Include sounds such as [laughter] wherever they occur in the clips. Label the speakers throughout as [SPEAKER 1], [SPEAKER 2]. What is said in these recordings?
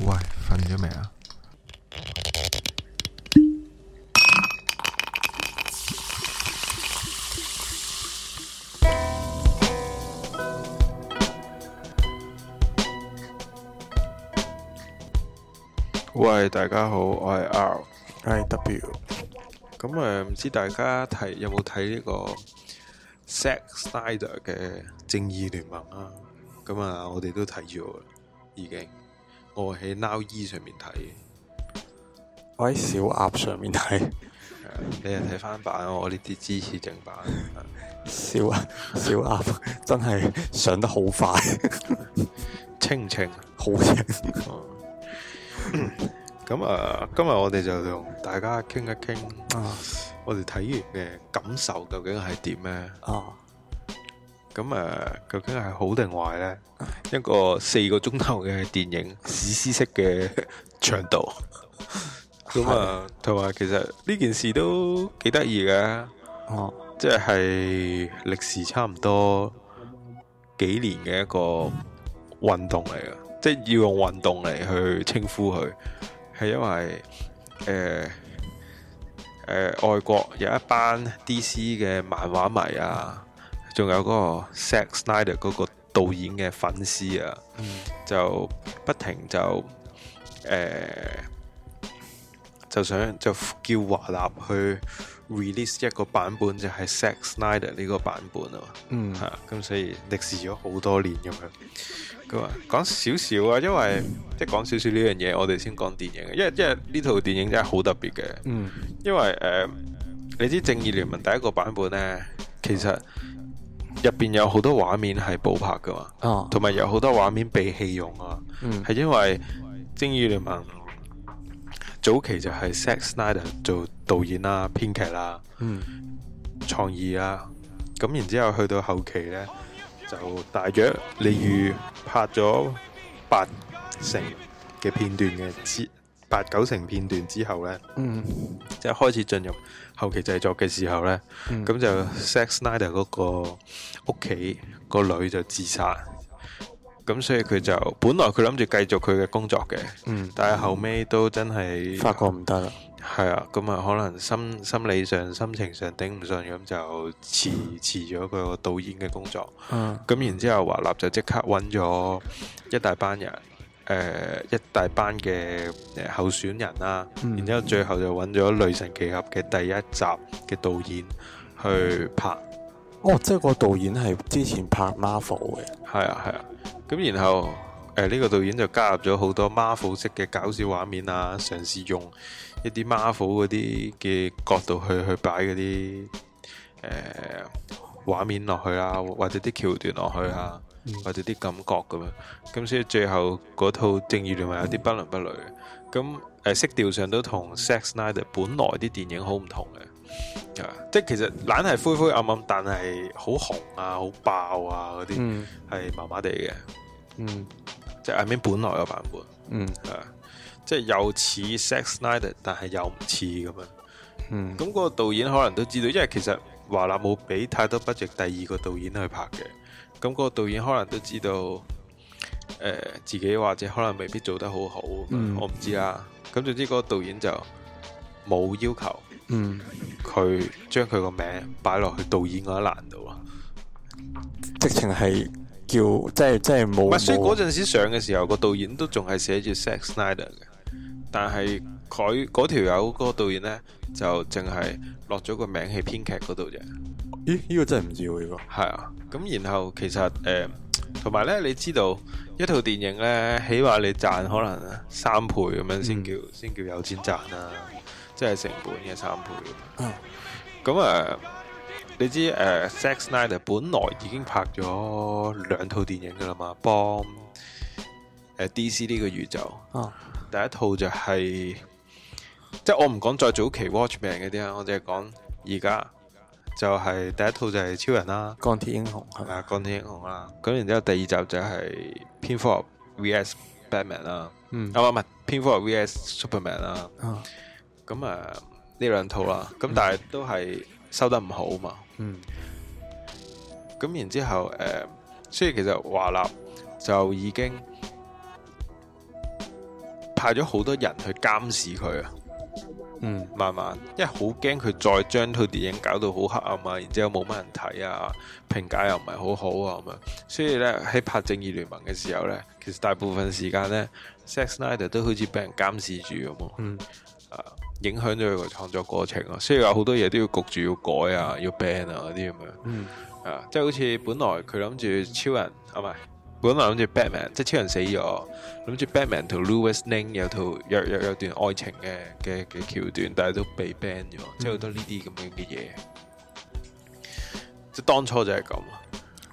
[SPEAKER 1] 喂，瞓咗未啊？
[SPEAKER 2] 喂，大家好，我係 R。
[SPEAKER 3] 係 W
[SPEAKER 2] 咁誒，呃唔知大家睇有冇睇呢個 Zack Snyder 嘅《正義聯盟》啊？咁啊，我哋都睇咗啦，已經。我喺 Now E 上面睇嘅，
[SPEAKER 3] 我喺小鴨上面睇
[SPEAKER 2] 係啊你係睇翻版，我呢啲支持正版。啊係
[SPEAKER 3] 小鴨小鴨真係上得好快， [laughs]
[SPEAKER 2] 清唔清？啊
[SPEAKER 3] 好型。
[SPEAKER 2] 哦咁啊，今日我哋就同大家傾一傾，
[SPEAKER 3] 啊
[SPEAKER 2] 我哋睇完嘅感受究竟係點呢？
[SPEAKER 3] 啊！
[SPEAKER 2] 咁誒、呃究竟係好定壞呢？一個四個鐘頭嘅電影，史詩式嘅長度。咁啊，同埋其實呢件事都幾得意嘅，
[SPEAKER 3] 哦
[SPEAKER 2] 即係歷時差唔多幾年嘅一個運動嚟嘅，即係要用運動嚟去稱呼佢，係因為誒誒、呃外國有一班 DC 嘅漫畫迷啊，仲有嗰個 Zack Snyder 嗰個導演嘅粉絲啊，就不停就誒、呃就想就叫華納去 release 一個版本，就係、Zack Snyder 呢個版本啊嘛。
[SPEAKER 3] 嗯
[SPEAKER 2] 係啊咁所以歷時咗好多年咁樣。佢話講少少啊，因為即係講少少呢樣嘢，我哋先講電影，因為因為呢套電影真係好特別嘅，
[SPEAKER 3] 嗯
[SPEAKER 2] 因為誒、呃你知《正義聯盟》第一個版本呢，其實入邊有好多畫面係補拍噶嘛，
[SPEAKER 3] 啊
[SPEAKER 2] 同埋有好多畫面被棄用啊，
[SPEAKER 3] 嗯
[SPEAKER 2] 係因為《正義聯盟》早期就係 Zack Snyder 做導演啦、編劇啦。
[SPEAKER 3] 嗯
[SPEAKER 2] 創意啦。咁然之後去到後期呢，就大約你預拍咗八成嘅片段嘅之八九成片段之後呢，
[SPEAKER 3] 嗯
[SPEAKER 2] 即係開始進入後期製作嘅時候呢，
[SPEAKER 3] 嗯
[SPEAKER 2] 咁、就 Zack Snyder 嗰個屋企個女就自殺。咁所以佢就本來佢諗住繼續佢嘅工作嘅，
[SPEAKER 3] 嗯，
[SPEAKER 2] 但係後尾都真係
[SPEAKER 3] 發覺唔得啦。
[SPEAKER 2] 係啊，咁啊，可能心心理上、心情上頂唔順，咁就辭辭咗佢個導演嘅工作。
[SPEAKER 3] 嗯
[SPEAKER 2] 咁然之後，華納就即刻揾咗一大班人，誒、一大班嘅誒候選人啦。
[SPEAKER 3] 嗯
[SPEAKER 2] 然之後最後就揾咗《雷神奇俠》嘅第一集嘅導演去拍。
[SPEAKER 3] 哦，即係個導演係之前拍 Marvel 嘅。
[SPEAKER 2] 係啊，係啊。咁然後誒呢、個導演就加入咗好多 Marvel 式嘅搞笑畫面啊，嘗試用一啲 Marvel 嗰啲嘅角度去去擺嗰啲誒畫面落去啦，或者啲橋段落去啊，或者啲感覺咁樣。咁所以最後嗰套《正義聯盟》有啲不倫不類嘅。咁誒、呃色調上都同 Zack Snyder 本來啲電影好唔同嘅。係啊即係其實懶係灰灰暗暗，但係好紅啊、好爆啊嗰啲，
[SPEAKER 3] 嗯
[SPEAKER 2] 係麻麻地嘅，
[SPEAKER 3] 嗯
[SPEAKER 2] 即係 I mean 本來個版本
[SPEAKER 3] 嗯
[SPEAKER 2] 係啊，即係又似 Zack Snyder，但係又唔似咁樣。
[SPEAKER 3] 嗯
[SPEAKER 2] 咁嗰個導演可能都知道，因為其實華納冇俾太多 budget 第二個導演去拍嘅，咁嗰個導演可能都知道，誒、自己或者可能未必做得好好，
[SPEAKER 3] 嗯
[SPEAKER 2] 我唔知啦。咁總之嗰個導演就冇要求
[SPEAKER 3] 嗯，
[SPEAKER 2] 佢將佢個名擺落去導演嗰一欄度咯。
[SPEAKER 3] 直情係叫即係即係冇
[SPEAKER 2] 唔係，所以嗰
[SPEAKER 3] 冇
[SPEAKER 2] 陣時上嘅時候，個導演都仲係寫住 Zack Snyder 嘅，但係佢嗰條友嗰個導演呢，就淨係落咗個名喺編劇嗰度啫。
[SPEAKER 3] 咦？呢個真係唔知喎，呢
[SPEAKER 2] 係啊，咁然後其實誒，呃同埋呢，你知道一套電影呢，起碼你賺可能三倍咁樣先叫先叫有錢賺啦，即係成本嘅三倍咁樣
[SPEAKER 3] 嗯。
[SPEAKER 2] 咁啊，你知誒、呃 Zack Snyder 本來已經拍咗兩套電影噶啦嘛，幫誒 DC 呢個宇宙。
[SPEAKER 3] 個啊
[SPEAKER 2] 第一套就係、即係我唔講再早期 Watchman 嗰啲啊，我淨係講而家就係、第一套就係超人啦，
[SPEAKER 3] 鋼鐵英雄
[SPEAKER 2] 係
[SPEAKER 3] 係咪
[SPEAKER 2] 咪啊？鋼鐵英雄啦，咁然之後第二集就係蝙蝠俠 VS Batman 啦，
[SPEAKER 3] 嗯
[SPEAKER 2] 啊唔係唔係蝙蝠俠 VS Superman 啦，
[SPEAKER 3] 啊
[SPEAKER 2] 咁啊呢兩套啦，咁但係都係收得唔好嘛，
[SPEAKER 3] 嗯
[SPEAKER 2] 咁然之後誒、呃所以其實華納就已經派咗好多人去監視佢啊，
[SPEAKER 3] 嗯
[SPEAKER 2] 慢慢，因為好驚佢再將套電影搞到好黑暗啊，然之後冇乜人睇啊，評價又唔係好好啊咁樣，所以咧喺拍《正義聯盟》嘅時候咧，其實大部分時間咧，Zack Snyder 都好似俾人監視住咁喎
[SPEAKER 3] 嗯，
[SPEAKER 2] 啊，影響咗佢個創作過程咯，啊所以有好多嘢都要焗住要改啊，要 ban 啊嗰啲咁樣。
[SPEAKER 3] 嗯
[SPEAKER 2] 啊，即係好似本來佢諗住超人啊，唔係，本來諗住 Batman，即係超人死咗，諗住 Batman 同 Louis Lane 有套有有有段愛情嘅嘅嘅橋段，但係都被 ban 咗，即係好多呢啲咁樣嘅嘢。即係當初就係咁，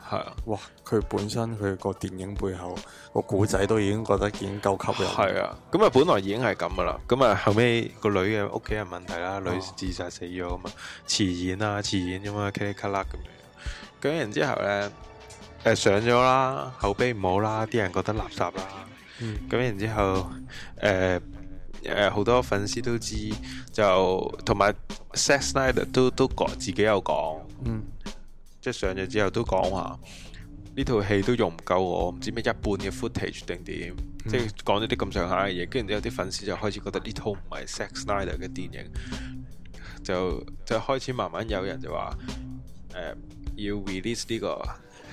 [SPEAKER 2] 係啊，
[SPEAKER 3] 哇！佢本身佢個電影背後個古仔都已經覺得已經夠吸引，
[SPEAKER 2] 係啊，咁啊本來已經係咁噶啦，咁啊後尾個女嘅屋企人問題啦，女自殺死咗咁啊，遲演啊遲演咁啊，茄哩咔啦咁樣，咁然之後咧，誒上咗啦，口碑唔好啦，啲人覺得垃圾啦。
[SPEAKER 3] 嗯
[SPEAKER 2] 咁然之後，誒誒好多粉絲都知，就同埋 Zack Snyder 都都講自己有講，
[SPEAKER 3] 嗯
[SPEAKER 2] 即係上咗之後都講話呢套戲都用唔夠我唔知咩一半嘅 footage 定點，即係講咗啲咁上下嘅嘢，跟住之後啲粉絲就開始覺得呢套唔係 Zack Snyder 嘅電影，就就開始慢慢有人就話誒、要 release 呢個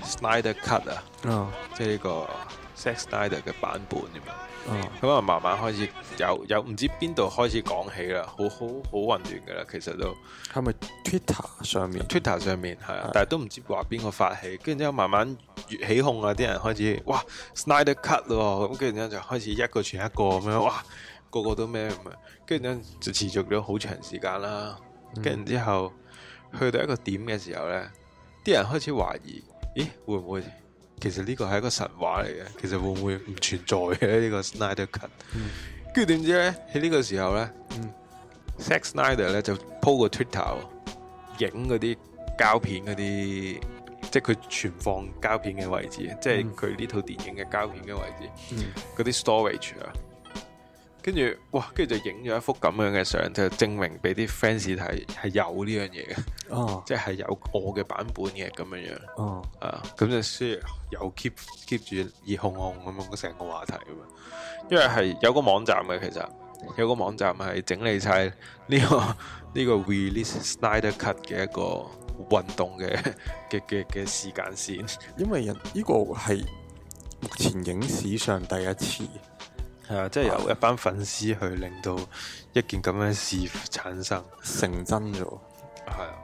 [SPEAKER 2] Snyder Cut 啊，
[SPEAKER 3] 啊
[SPEAKER 2] 即係呢個 Zack Snyder 嘅版本咁樣。
[SPEAKER 3] 啊
[SPEAKER 2] 咁啊，慢慢開始有有唔知邊度開始講起啦，好好好混亂噶啦，其實都
[SPEAKER 3] 係咪 Twitter 上面？
[SPEAKER 2] Twitter 上面係啊
[SPEAKER 3] 係，
[SPEAKER 2] 但係都唔知話邊個發起，跟住之後慢慢越起哄啊，啲人開始哇 Snyder Cut 咯，咁跟住之後就開始一個傳一個咁樣，哇個個都咩咁啊，跟住之後就持續咗好長時間啦，
[SPEAKER 3] 嗯
[SPEAKER 2] 跟住之後去到一個點嘅時候呢，啲人開始懷疑，咦會唔會其實呢個係一個神話嚟嘅，其實會唔會唔存在嘅呢、呢個 Snyder Cut？
[SPEAKER 3] 嗯
[SPEAKER 2] 跟住點知咧喺呢個時候咧、
[SPEAKER 3] 嗯
[SPEAKER 2] s a c k Snyder 咧就 po 個 Twitter 喎影嗰啲膠片嗰啲，即係佢存放膠片嘅位置，即係
[SPEAKER 3] 嗯
[SPEAKER 2] 佢呢套電影嘅膠片嘅位置，
[SPEAKER 3] 嗯
[SPEAKER 2] 嗰啲 storage 啊。跟住，哇！跟住就影咗一幅咁樣嘅相，就證明俾啲 fans 睇係有呢樣嘢嘅，
[SPEAKER 3] 啊
[SPEAKER 2] 即係有我嘅版本嘅咁樣樣。
[SPEAKER 3] 啊
[SPEAKER 2] 啊，咁就需要有 keep keep 住熱烘烘咁樣成個話題咁樣，因為係有個網站嘅其實有個網站係整理晒呢、個呢、個 release Snyder Cut 嘅一個運動嘅嘅嘅嘅時間線，
[SPEAKER 3] 因為人呢個係目前影史上第一次，
[SPEAKER 2] 係啊，即係有一班粉絲去令到一件咁樣嘅事產生，
[SPEAKER 3] 成真咗。
[SPEAKER 2] 係啊，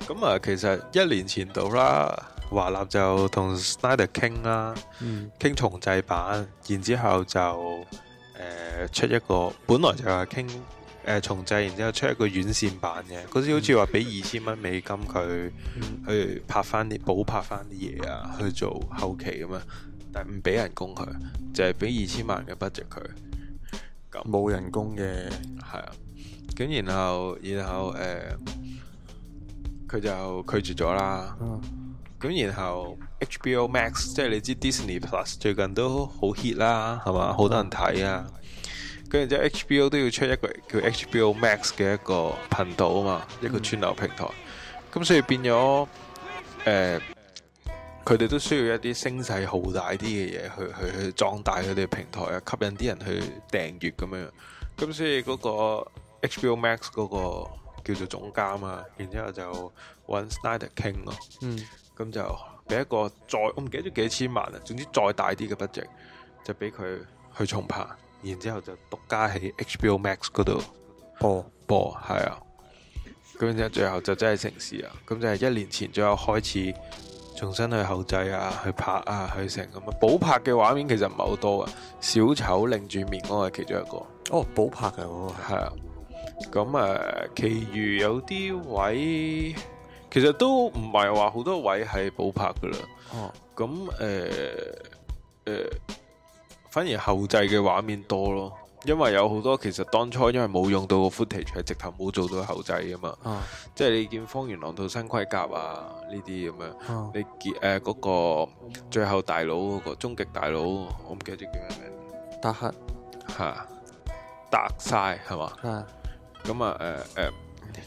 [SPEAKER 2] 咁啊其實一年前到啦，華納就同 Snyder 傾啦。
[SPEAKER 3] 嗯
[SPEAKER 2] 傾重製版，然之後就誒、呃出一個，本來就係傾誒重製，然之後出一個院線版嘅。嗰時好似話俾二千蚊美金佢
[SPEAKER 3] 嗯
[SPEAKER 2] 去拍翻啲補拍翻啲嘢啊，去做後期咁樣，但係唔俾人工佢，就係俾二千萬嘅 budget 佢。
[SPEAKER 3] 冇人工嘅，
[SPEAKER 2] 係啊，咁然後然後誒，呃佢、就拒絕咗啦。
[SPEAKER 3] 啊
[SPEAKER 2] 咁然後 HBO Max 即係你知 Disney Plus 最近都好 hit 啦，係嘛？好多人睇啊。跟住之後 HBO 都要出一個叫 HBO Max 嘅一個頻道啊嘛，一個串流平台。咁所以變咗誒，呃佢哋都需要一啲聲勢浩大啲嘅嘢去去去壯大佢哋平台啊，吸引啲人去訂閱咁樣。咁所以嗰個 HBO Max 嗰個叫做總監啊，然之後就揾 Snyder 傾咯。
[SPEAKER 3] 嗯
[SPEAKER 2] 咁就俾一個再我唔記得咗幾千萬啦，啊總之再大啲嘅 budget 就俾佢去重拍，然之後就獨家喺 HBO Max 嗰度
[SPEAKER 3] 哦
[SPEAKER 2] 播，係啊。咁然之後最後就真係成事啊！咁就係一年前左右開始重新去後製啊，去拍啊，去成咁啊。補拍嘅畫面其實唔係好多啊，小丑擰住面嗰個係其中一個。
[SPEAKER 3] 哦補拍嘅嗰個係
[SPEAKER 2] 係啊，咁啊，呃其餘有啲位其實都唔係話好多位係補拍噶啦。
[SPEAKER 3] 哦
[SPEAKER 2] 咁誒誒，反而後製嘅畫面多咯，因為有好多其實當初因為冇用到個 footage，係直頭冇做到後製噶嘛。
[SPEAKER 3] 啊
[SPEAKER 2] 即係你見方圓狼套新盔甲啊呢啲咁樣，
[SPEAKER 3] 啊
[SPEAKER 2] 你見誒嗰個最後大佬嗰、個終極大佬，我唔記得咗叫咩名
[SPEAKER 3] 達克
[SPEAKER 2] 嚇，達晒係嘛？
[SPEAKER 3] 啊
[SPEAKER 2] 咁啊誒誒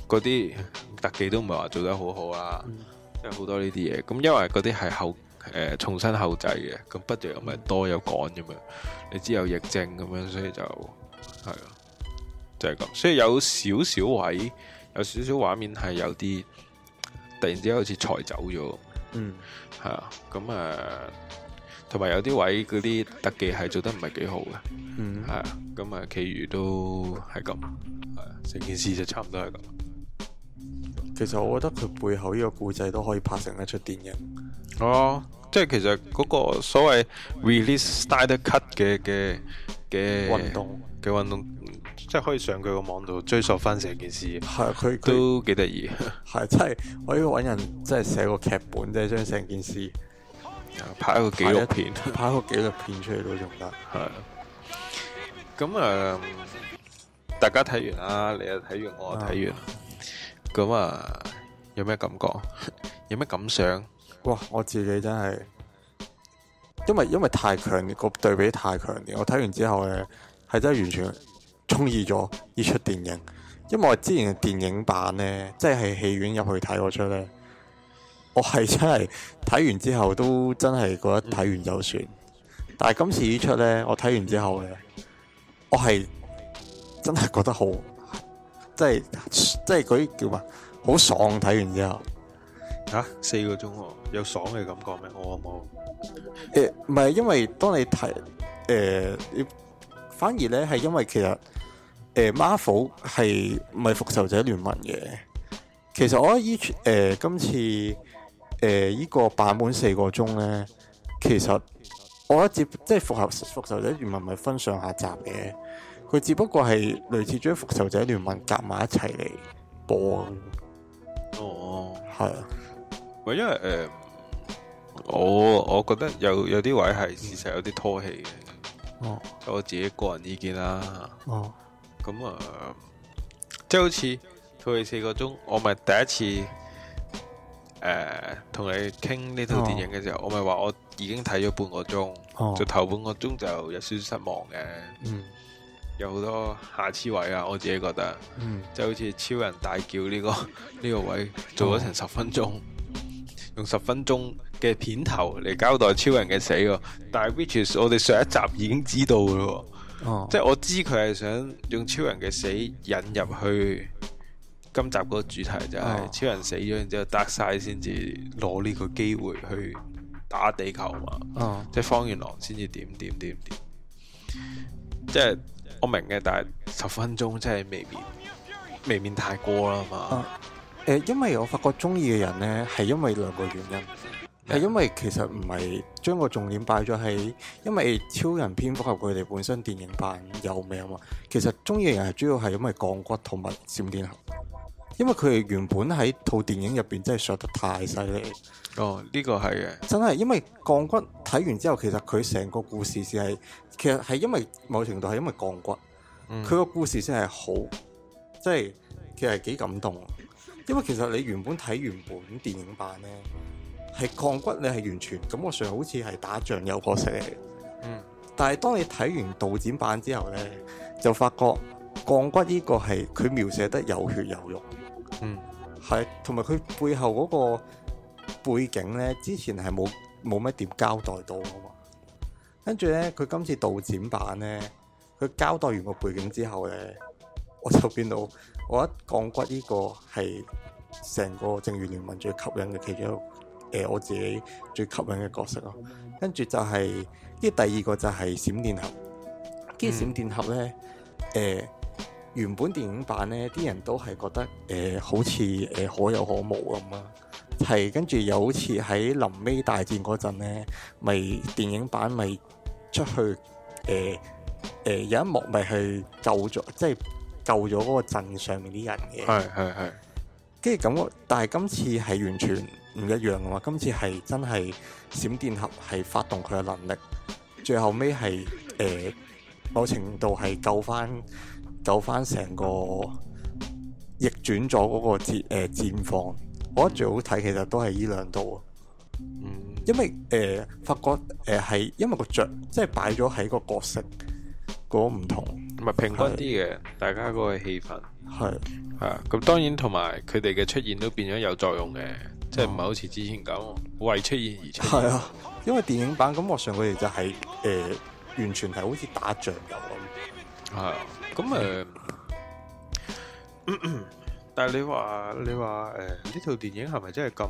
[SPEAKER 2] 嗰啲特技都唔係話做得好好啦，
[SPEAKER 3] 嗯
[SPEAKER 2] 即係好多呢啲嘢。咁因為嗰啲係後誒、呃重新後製嘅，咁不如又咪多有趕咁樣。你知有疫症咁樣，所以就系啊，就係咁。所以有少少位，有少少畫面係有啲突然之間好似裁走咗，
[SPEAKER 3] 嗯，
[SPEAKER 2] 係啊。咁啊，同埋有啲位嗰啲特技係做得唔係幾好嘅，
[SPEAKER 3] 嗯
[SPEAKER 2] 係啊。咁啊，其餘都係咁，係啊。成件事就差唔多係咁。
[SPEAKER 3] 其實我覺得佢背後呢個故仔都可以拍成一出電影。
[SPEAKER 2] 哦，即係其實嗰個所謂 release slider cut 嘅嘅嘅
[SPEAKER 3] 運動
[SPEAKER 2] 嘅運動，即係可以上佢個網度追溯翻成件事，
[SPEAKER 3] 係啊佢佢
[SPEAKER 2] 都幾得 [laughs] 意。
[SPEAKER 3] 係真係，我要揾人真係寫個劇本，即係將成件事
[SPEAKER 2] 拍一個紀錄片，
[SPEAKER 3] 拍一個紀錄片出嚟都仲得。
[SPEAKER 2] 係咁啊，大家睇完啦，你又睇完，我又睇完啦。咁啊，有咩感 [laughs] 覺？有咩感想？
[SPEAKER 3] 哇！我自己真係，因為因為太強烈，個對比太強烈，我睇完之後咧係真係完全中意咗呢出電影。因為我之前嘅電影版咧，即係戲院入去睇嗰出咧，我係真係睇完之後都真係覺得睇完就算。但係今次呢出咧，我睇完之後咧，我係真係覺得好，即係即係嗰啲叫乜？好爽睇完之後。
[SPEAKER 2] 吓、四個鐘喎，有爽嘅感覺咩？我冇。
[SPEAKER 3] 誒呃唔係，因為當你睇誒、你反而咧係因為其實誒、Marvel 係唔係復仇者聯盟嘅？其實我覺得依誒、呃今次誒依、個版本四個鐘咧，其實我覺得接即係復仇復仇者聯盟唔係分上下集嘅，佢只不過係類似將復仇者聯盟夾埋一齊嚟播，
[SPEAKER 2] 哦，
[SPEAKER 3] 係啊，
[SPEAKER 2] 喂，因為诶、呃我我覺得有有啲位係事實有啲拖戲嘅，
[SPEAKER 3] 哦
[SPEAKER 2] 我自己個人意見啦。
[SPEAKER 3] 哦，
[SPEAKER 2] 咁啊、呃即係好似佢哋四個鐘，我咪第一次诶同、你傾呢套電影嘅時候，我咪話我已經睇咗半個鐘，
[SPEAKER 3] 哦
[SPEAKER 2] 就頭半個鐘就有少少失望嘅，
[SPEAKER 3] 嗯
[SPEAKER 2] 有好多瑕疵位啊，我自己覺得，
[SPEAKER 3] 嗯，
[SPEAKER 2] 就好似超人大叫呢、個呢個位做咗成十分鐘，用十分鐘嘅片頭嚟交代超人嘅死喎，但係 which is 我哋上一集已經知道嘅喎。
[SPEAKER 3] 哦，
[SPEAKER 2] 即係我知佢係想用超人嘅死引入去今集嗰個主題，就係
[SPEAKER 3] 哦
[SPEAKER 2] 超人死咗，然之後得晒先至攞呢個機會去打地球嘛，
[SPEAKER 3] 哦，
[SPEAKER 2] 即係方元朗先至點點點點，即係我明嘅，但係十分鐘真係未免未免太過啦嘛
[SPEAKER 3] 啊，誒，因為我發覺中意嘅人呢，係因為兩個原因，係因為其實唔係將個重點擺咗喺，因為超人蝙蝠俠佢哋本身電影版有咩啊嘛，其實中意嘅人係主要係因為鋼骨同埋閃電俠，因為佢哋原本喺套電影入邊真係削得太犀利，
[SPEAKER 2] 哦呢個係嘅，
[SPEAKER 3] 真係因為鋼骨睇完之後，其實佢成個故事先係，其實係因為某程度係因為鋼骨。
[SPEAKER 2] 嗯
[SPEAKER 3] 佢個故事先係好，即係其實係幾感動。啊因為其實你原本睇原本電影版咧，係鋼骨你係完全感覺上好似係打醬油角色嚟嘅。
[SPEAKER 2] 嗯
[SPEAKER 3] 但係當你睇完導剪版之後咧，就發覺鋼骨呢個係佢描寫得有血有肉，
[SPEAKER 2] 嗯
[SPEAKER 3] 係同埋佢背後嗰個背景咧，之前係冇冇乜點交代到啊嘛。跟住咧，佢今次導剪版咧，佢交代完個背景之後咧， [laughs] 我就變到我覺得鋼骨呢個係成個正義聯盟最吸引嘅其中一個誒、呃我自己最吸引嘅角色咯。跟住就係、跟住第二個就係閃電俠，跟住閃電俠咧誒。原本電影版咧，啲人都係覺得誒、呃好似誒、呃可有可無咁啊，係跟住又好似喺臨尾大戰嗰陣咧，咪電影版咪出去誒誒、呃有一幕咪去救咗，即係救咗嗰個鎮上面啲人嘅，
[SPEAKER 2] 係係係
[SPEAKER 3] 跟住感覺，但係今次係完全唔一樣嘅嘛，今次係真係閃電俠係發動佢嘅能力，最後尾係誒某程度係救翻救翻成個逆轉咗嗰個戰誒、呃、戰況，我覺得最好睇其實都係呢兩度啊。
[SPEAKER 2] 嗯
[SPEAKER 3] 因為誒、呃、發覺誒係、因為個着即係擺咗喺個角色嗰個唔同，
[SPEAKER 2] 同埋平均啲嘅，大家嗰個氣氛。
[SPEAKER 3] 係
[SPEAKER 2] 系啊，咁當然同埋佢哋嘅出現都變咗有作用嘅，即係唔係好似之前咁為出現而出現。
[SPEAKER 3] 係啊，因為電影呃版感覺上佢哋就係、誒、完全係好似打醬油咁，
[SPEAKER 2] 係啊，咁 [clears throat] 诶、呃但系你話你話诶呢套電影係咪真係咁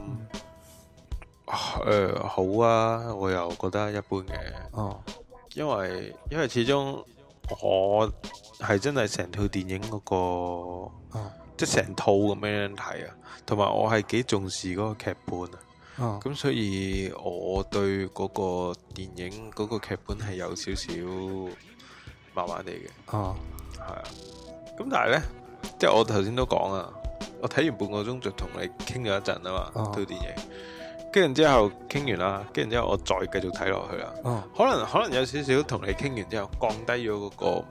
[SPEAKER 2] 诶好啊？我又覺得一般嘅，
[SPEAKER 3] 哦，
[SPEAKER 2] 因為因為始終我係真係成套電影嗰、個
[SPEAKER 3] 哦，
[SPEAKER 2] 即系成套咁樣睇啊，同埋我係幾重視嗰個劇本啊。
[SPEAKER 3] 哦，
[SPEAKER 2] 咁所以我對嗰個電影嗰、個劇本係有少少麻麻地嘅，
[SPEAKER 3] 哦，
[SPEAKER 2] 係啊。咁但係呢，即係我頭先都講啊，我睇完半個鐘就同你傾咗一陣啊嘛，
[SPEAKER 3] 哦
[SPEAKER 2] 套電影。跟住之後傾完啦，跟住之後我再繼續睇落去啦。
[SPEAKER 3] 哦，
[SPEAKER 2] 可能可能有少少同你傾完之後降低咗嗰、個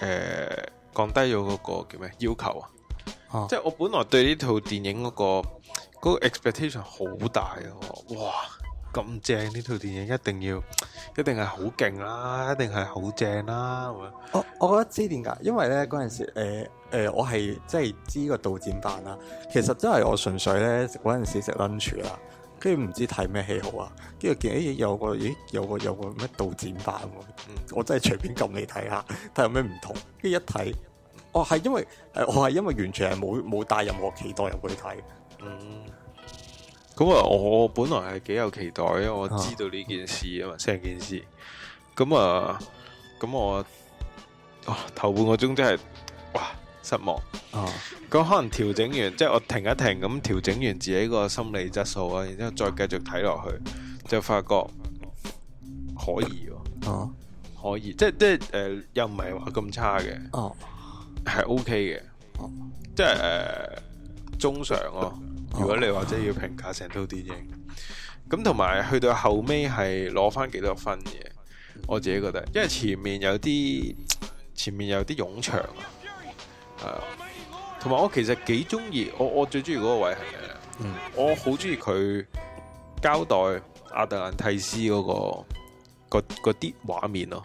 [SPEAKER 2] 呃降低咗嗰個叫咩要求啊？
[SPEAKER 3] 哦
[SPEAKER 2] 即係我本來對呢套電影嗰、個嗰、個 expectation 好大啊！我哇咁正呢套電影一定要一定係好勁啦，一定係好正啦咁樣
[SPEAKER 3] 我我覺得知點解，因為咧嗰陣時，誒、誒、我係即係知個導展版啦。其實真係我純粹咧嗰陣時食 lunch 啦，跟住唔知睇咩戲好啊，跟住見咦有個咦有個有個咩導展版喎，
[SPEAKER 2] 嗯
[SPEAKER 3] 我真係隨便撳嚟睇下，睇有咩唔同，跟住一睇。哦，係因為誒、我係因為完全係冇冇帶任何期待入去睇，
[SPEAKER 2] 嗯。咁啊，我本來係幾有期待，因為我知道呢件事啊嘛，成件事。咁啊，咁我哇頭半個鐘真係哇失望。
[SPEAKER 3] 啊
[SPEAKER 2] 咁可能調整完，即係我停一停咁調整完自己個心理質素啊，然之後再繼續睇落去，就發覺可以喎，
[SPEAKER 3] 啊
[SPEAKER 2] 可以，即係即係誒、呃又唔係話咁差嘅，
[SPEAKER 3] 哦
[SPEAKER 2] 係 OK 嘅
[SPEAKER 3] 哦，
[SPEAKER 2] 即係誒、呃中上咯、如果你話即係要評價成套電影，咁同埋去到後尾係攞翻幾多分嘅，我自己覺得，因為前面有啲前面有啲冗長啊，係啊同埋我其實幾中意，我我最中意嗰個位係咩咧？
[SPEAKER 3] 嗯
[SPEAKER 2] 我好中意佢交代亞特蘭蒂斯嗰、個嗰嗰啲畫面咯，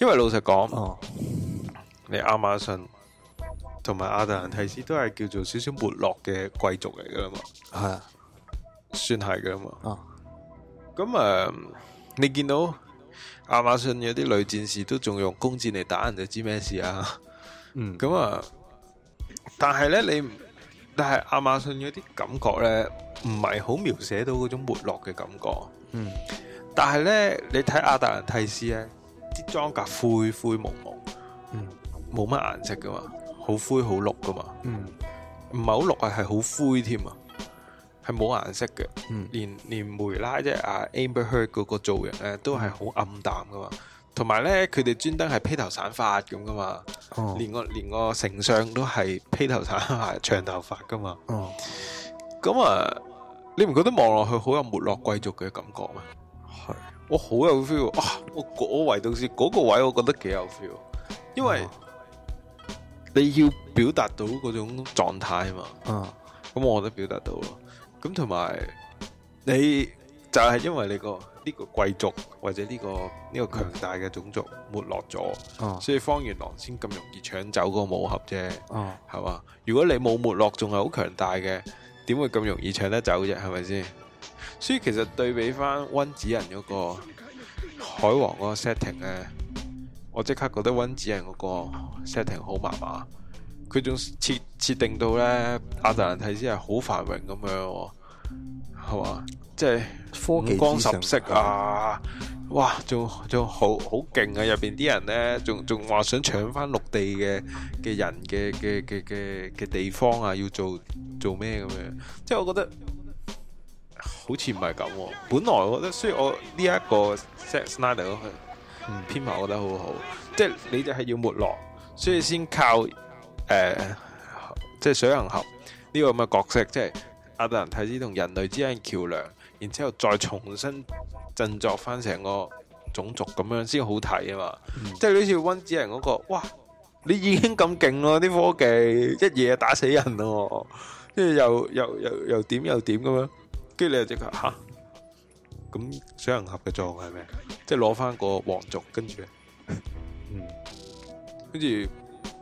[SPEAKER 2] 因為老實講。
[SPEAKER 3] 哦
[SPEAKER 2] 你亞馬遜同埋亞特蘭提斯都係叫做少少沒落嘅貴族嚟噶啦嘛，
[SPEAKER 3] 係啊
[SPEAKER 2] 算係噶啦嘛。
[SPEAKER 3] 哦
[SPEAKER 2] 咁誒、呃你見到亞馬遜有啲女戰士都仲用弓箭嚟打人，就知咩事啊？ [laughs]
[SPEAKER 3] 嗯
[SPEAKER 2] 咁啊，但係呢，你唔但係亞馬遜有啲感覺呢，唔係好描寫到嗰種沒落嘅感覺。
[SPEAKER 3] 嗯
[SPEAKER 2] 但係呢，你睇亞特蘭提斯呢，啲裝甲灰灰蒙蒙，
[SPEAKER 3] 嗯
[SPEAKER 2] 冇乜顏色噶嘛，好灰好綠噶嘛。
[SPEAKER 3] 嗯
[SPEAKER 2] 唔係好綠啊，係好灰添啊，係冇顏色嘅，
[SPEAKER 3] 嗯
[SPEAKER 2] 連連梅拉即係啊 Amber Heard 嗰個造型咧都係好暗淡噶嘛，同埋咧佢哋專登係披頭散髮咁噶嘛，
[SPEAKER 3] 哦
[SPEAKER 2] 連個連個丞相都係披頭散髮長頭髮噶嘛，
[SPEAKER 3] 哦
[SPEAKER 2] 咁啊你唔覺得望落去好有沒落貴族嘅感覺咩？
[SPEAKER 3] 係
[SPEAKER 2] 我好有 feel 啊！我我唯獨是嗰個位，我覺得幾有 feel，因為
[SPEAKER 3] 哦
[SPEAKER 2] 你要表達到嗰種狀態啊嘛。
[SPEAKER 3] 啊
[SPEAKER 2] 咁我覺得表達到咯。咁同埋你就係因為你個呢個貴族或者呢、個呢、個強大嘅種族沒落咗，
[SPEAKER 3] 哦
[SPEAKER 2] 所以方元郎先咁容易搶走個武俠啫，
[SPEAKER 3] 哦
[SPEAKER 2] 係嘛？如果你冇沒落，仲係好強大嘅，點會咁容易搶得走啫？係咪先？所以其實對比翻温子仁嗰個海王嗰個 setting 咧，我即刻覺得温子仁嗰個 setting 好麻麻。佢仲設設定到咧亞特蘭提斯係好繁榮咁樣喎，係嘛？即係
[SPEAKER 3] 科技
[SPEAKER 2] 五光
[SPEAKER 3] 之
[SPEAKER 2] 十
[SPEAKER 3] 城
[SPEAKER 2] 色啊！哇，仲仲好好勁啊！入邊啲人咧，仲仲話想搶翻陸地嘅嘅人嘅嘅嘅嘅嘅地方啊，要做做咩咁樣？即係我覺得好似唔係咁喎。本來我覺得，雖然我呢一個 Zack Snyder 嗰個
[SPEAKER 3] 嗯
[SPEAKER 2] 編排我覺得好好，即係你就係要沒落，所以先靠誒、呃即係水行俠呢個咁嘅角色，即係亞特蘭提斯同人類之間嘅橋梁，然之後再重新振作翻成個種族咁樣先好睇啊嘛！
[SPEAKER 3] 嗯
[SPEAKER 2] 即係好似温子仁嗰、個，哇！你已經咁勁咯，啲科技一夜打死人咯，跟住又又又又點又點咁樣，跟住你就即刻吓，咁水行俠嘅作用係咩？即係攞翻個皇族，跟住
[SPEAKER 3] 嗯
[SPEAKER 2] 跟住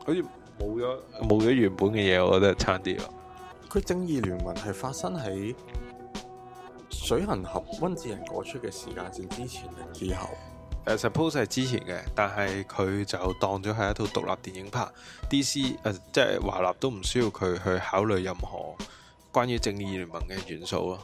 [SPEAKER 2] 好似冇咗冇咗原本嘅嘢，我覺得差啲咯。
[SPEAKER 3] 佢正義聯盟係發生喺水行俠温子仁嗰出嘅時間線之前定之後？
[SPEAKER 2] 誒呃 suppose 係之前嘅，但係佢就當咗係一套獨立電影拍。D.C. 誒、即係華納都唔需要佢去考慮任何關於正義聯盟嘅元素咯，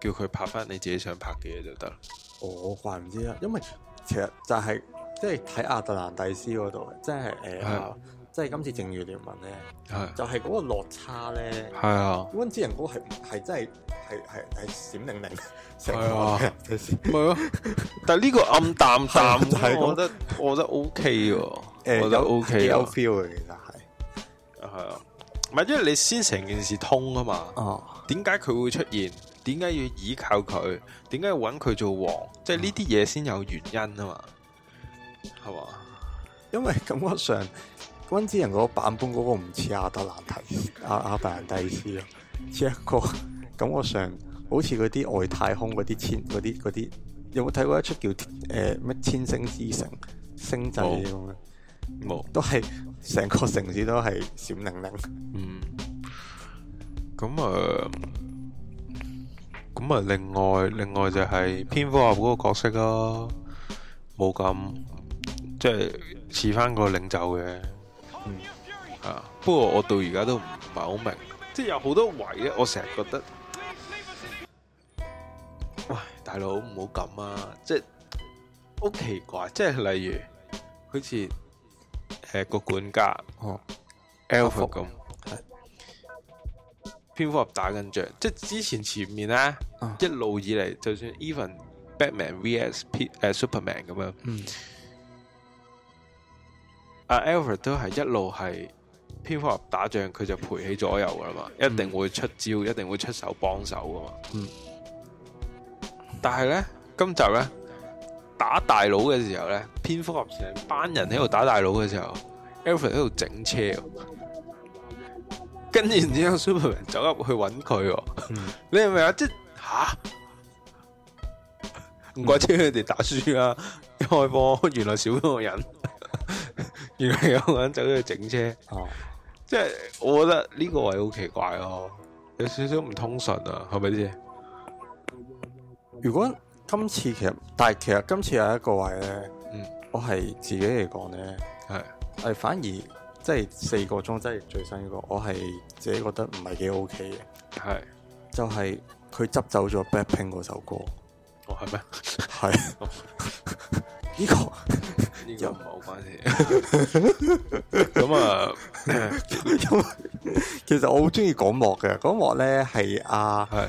[SPEAKER 2] 叫佢拍翻你自己想拍嘅嘢就得啦。
[SPEAKER 3] 我怪唔知啦，因為其實就係、即係睇亞特蘭蒂斯嗰度，即係誒、
[SPEAKER 2] 係
[SPEAKER 3] 即係今次正義聯盟咧，
[SPEAKER 2] 係
[SPEAKER 3] 就係、嗰個落差咧。
[SPEAKER 2] 係啊，
[SPEAKER 3] 温子仁嗰個係係真係係係係閃靈靈，成
[SPEAKER 2] 係
[SPEAKER 3] 個
[SPEAKER 2] 啊
[SPEAKER 3] 人就閃
[SPEAKER 2] 咪咯。但係呢個暗淡淡
[SPEAKER 3] 係就係
[SPEAKER 2] 咁，
[SPEAKER 3] 咁
[SPEAKER 2] 我覺得我覺得 O.K. 喎，我
[SPEAKER 3] 誒
[SPEAKER 2] 覺得
[SPEAKER 3] 有
[SPEAKER 2] O.K. 啊
[SPEAKER 3] 幾有
[SPEAKER 2] 喎
[SPEAKER 3] feel 嘅，其實係
[SPEAKER 2] 係啊，唔係因為你先成件事通啊嘛。
[SPEAKER 3] 哦，
[SPEAKER 2] 點解佢會出現？點解要依靠佢？點解要揾佢做王？即係呢啲嘢先有原因啊嘛，係嘛？
[SPEAKER 3] 因為感覺上温子仁嗰個版本嗰個唔似亞特蘭蒂亞亞特蘭蒂斯啊咯，似一 [laughs] 個感覺上好似嗰啲外太空嗰啲千嗰啲嗰啲，有冇睇過一出叫誒咩、千星之城星際
[SPEAKER 2] 冇
[SPEAKER 3] 咁樣？
[SPEAKER 2] 冇，
[SPEAKER 3] 都係成個城市都係閃靈靈，
[SPEAKER 2] 嗯，咁啊，呃咁啊，另外另外就係蝙蝠俠嗰個角色咯，冇咁即係似翻個領袖嘅，Ừ.
[SPEAKER 3] 嗯
[SPEAKER 2] 啊，不過我到而家都唔係好明，即係有好多位咧，我成日覺得，喂，大佬唔好咁啊，即係好奇怪，即係例如好似誒個管家。
[SPEAKER 3] 哦，
[SPEAKER 2] Alpha 咁，蝙蝠俠打緊仗，即係之前前面咧、
[SPEAKER 3] 啊
[SPEAKER 2] 一路以嚟，就算 even Batman vs P 誒、Superman 咁樣，
[SPEAKER 3] 嗯，
[SPEAKER 2] 阿 Alpha 都係一路係蝙蝠俠打仗，佢就陪起左右噶啦嘛，一定會出招，一定會出手幫手噶嘛。
[SPEAKER 3] 嗯，
[SPEAKER 2] 但係咧今集咧打大佬嘅時候咧，蝙蝠俠成班人喺度打大佬嘅時候，Alpha 喺度整車喎，跟住然之後 [laughs] Superman 走入去揾佢喎。 [laughs] 你明唔明啊？即係吓，唔怪之佢哋打輸啦。一開波原來少咗個人， [laughs] 原來有個人走咗去整車，
[SPEAKER 3] 哦，
[SPEAKER 2] 即係我覺得呢個位好奇怪咯，有少少唔通順啊，係咪先？
[SPEAKER 3] 如果今次其實，但係其實今次有一個位咧，
[SPEAKER 2] 嗯
[SPEAKER 3] 我係自己嚟講咧，
[SPEAKER 2] 係
[SPEAKER 3] 係反而即係四個鐘即係最新嗰個，我係自己覺得唔係幾 OK 嘅，
[SPEAKER 2] 係，
[SPEAKER 3] 就係佢執走咗 Blackpink 嗰首歌，
[SPEAKER 2] 哦係
[SPEAKER 3] [laughs] 係呢個 [laughs]
[SPEAKER 2] 咩？呢個唔係好關事。 [laughs] 咁啊，
[SPEAKER 3] 因為其實我好中意嗰幕嘅，嗰幕咧係阿
[SPEAKER 2] 係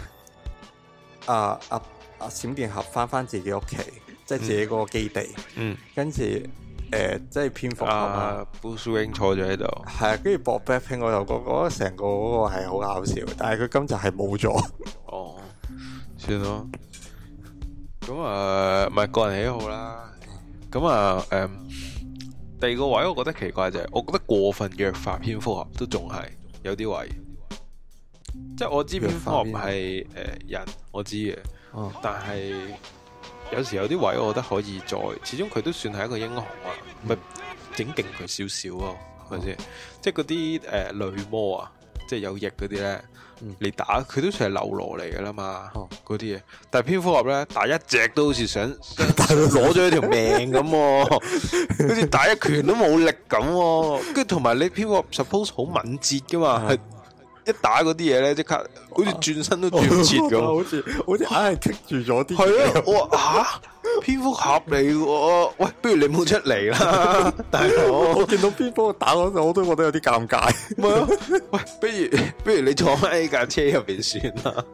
[SPEAKER 3] 阿阿阿閃電俠翻翻自己屋企，即係自己嗰個基地。
[SPEAKER 2] 嗯，
[SPEAKER 3] 跟住誒、呃即係蝙蝠俠啊，
[SPEAKER 2] 阿 Bruce Wayne 坐咗喺度，
[SPEAKER 3] 係啊，跟住播 Blackpink 嗰首歌，我覺得成個嗰個係好搞笑，但係佢今集係冇咗，
[SPEAKER 2] 哦，算咯。咁啊，唔係個人喜好啦。咁啊，誒、第二個位我覺得奇怪就係、我覺得過分弱化蝙蝠俠都仲係有啲位，即係我知蝙蝠俠
[SPEAKER 3] 弱化
[SPEAKER 2] 係誒人，我知嘅，
[SPEAKER 3] 哦，
[SPEAKER 2] 但係有時有啲位我覺得可以再，始終佢都算係一個英雄啊，咪整勁佢少少咯，係咪先？即係嗰啲誒女魔啊，即係有翼嗰啲咧
[SPEAKER 3] 嗯，
[SPEAKER 2] 你打佢都算係流羅嚟噶啦嘛
[SPEAKER 3] 哦，
[SPEAKER 2] 嗰啲嘢。但係蝙蝠俠咧打一隻都好似想 [laughs] 但係攞咗佢條命咁喎，好似打一拳都冇力咁喎。跟住同埋你蝙蝠俠 suppose 好敏捷噶嘛，係哦一打嗰啲嘢咧即刻好似轉身 [laughs] 都轉唔切咁。
[SPEAKER 3] 好似好似硬係棘住咗啲
[SPEAKER 2] 系
[SPEAKER 3] 嘢，
[SPEAKER 2] 啊，我話 [laughs] 吓蝙蝠俠嚟喎，喂，不如你冇出嚟 [laughs] 啦，大佬
[SPEAKER 3] [laughs] 我，見到蝙蝠俠打嗰陣，我都覺得有啲尷尬，
[SPEAKER 2] 咪咯，喂，不如不如你坐喺架車入边算啦，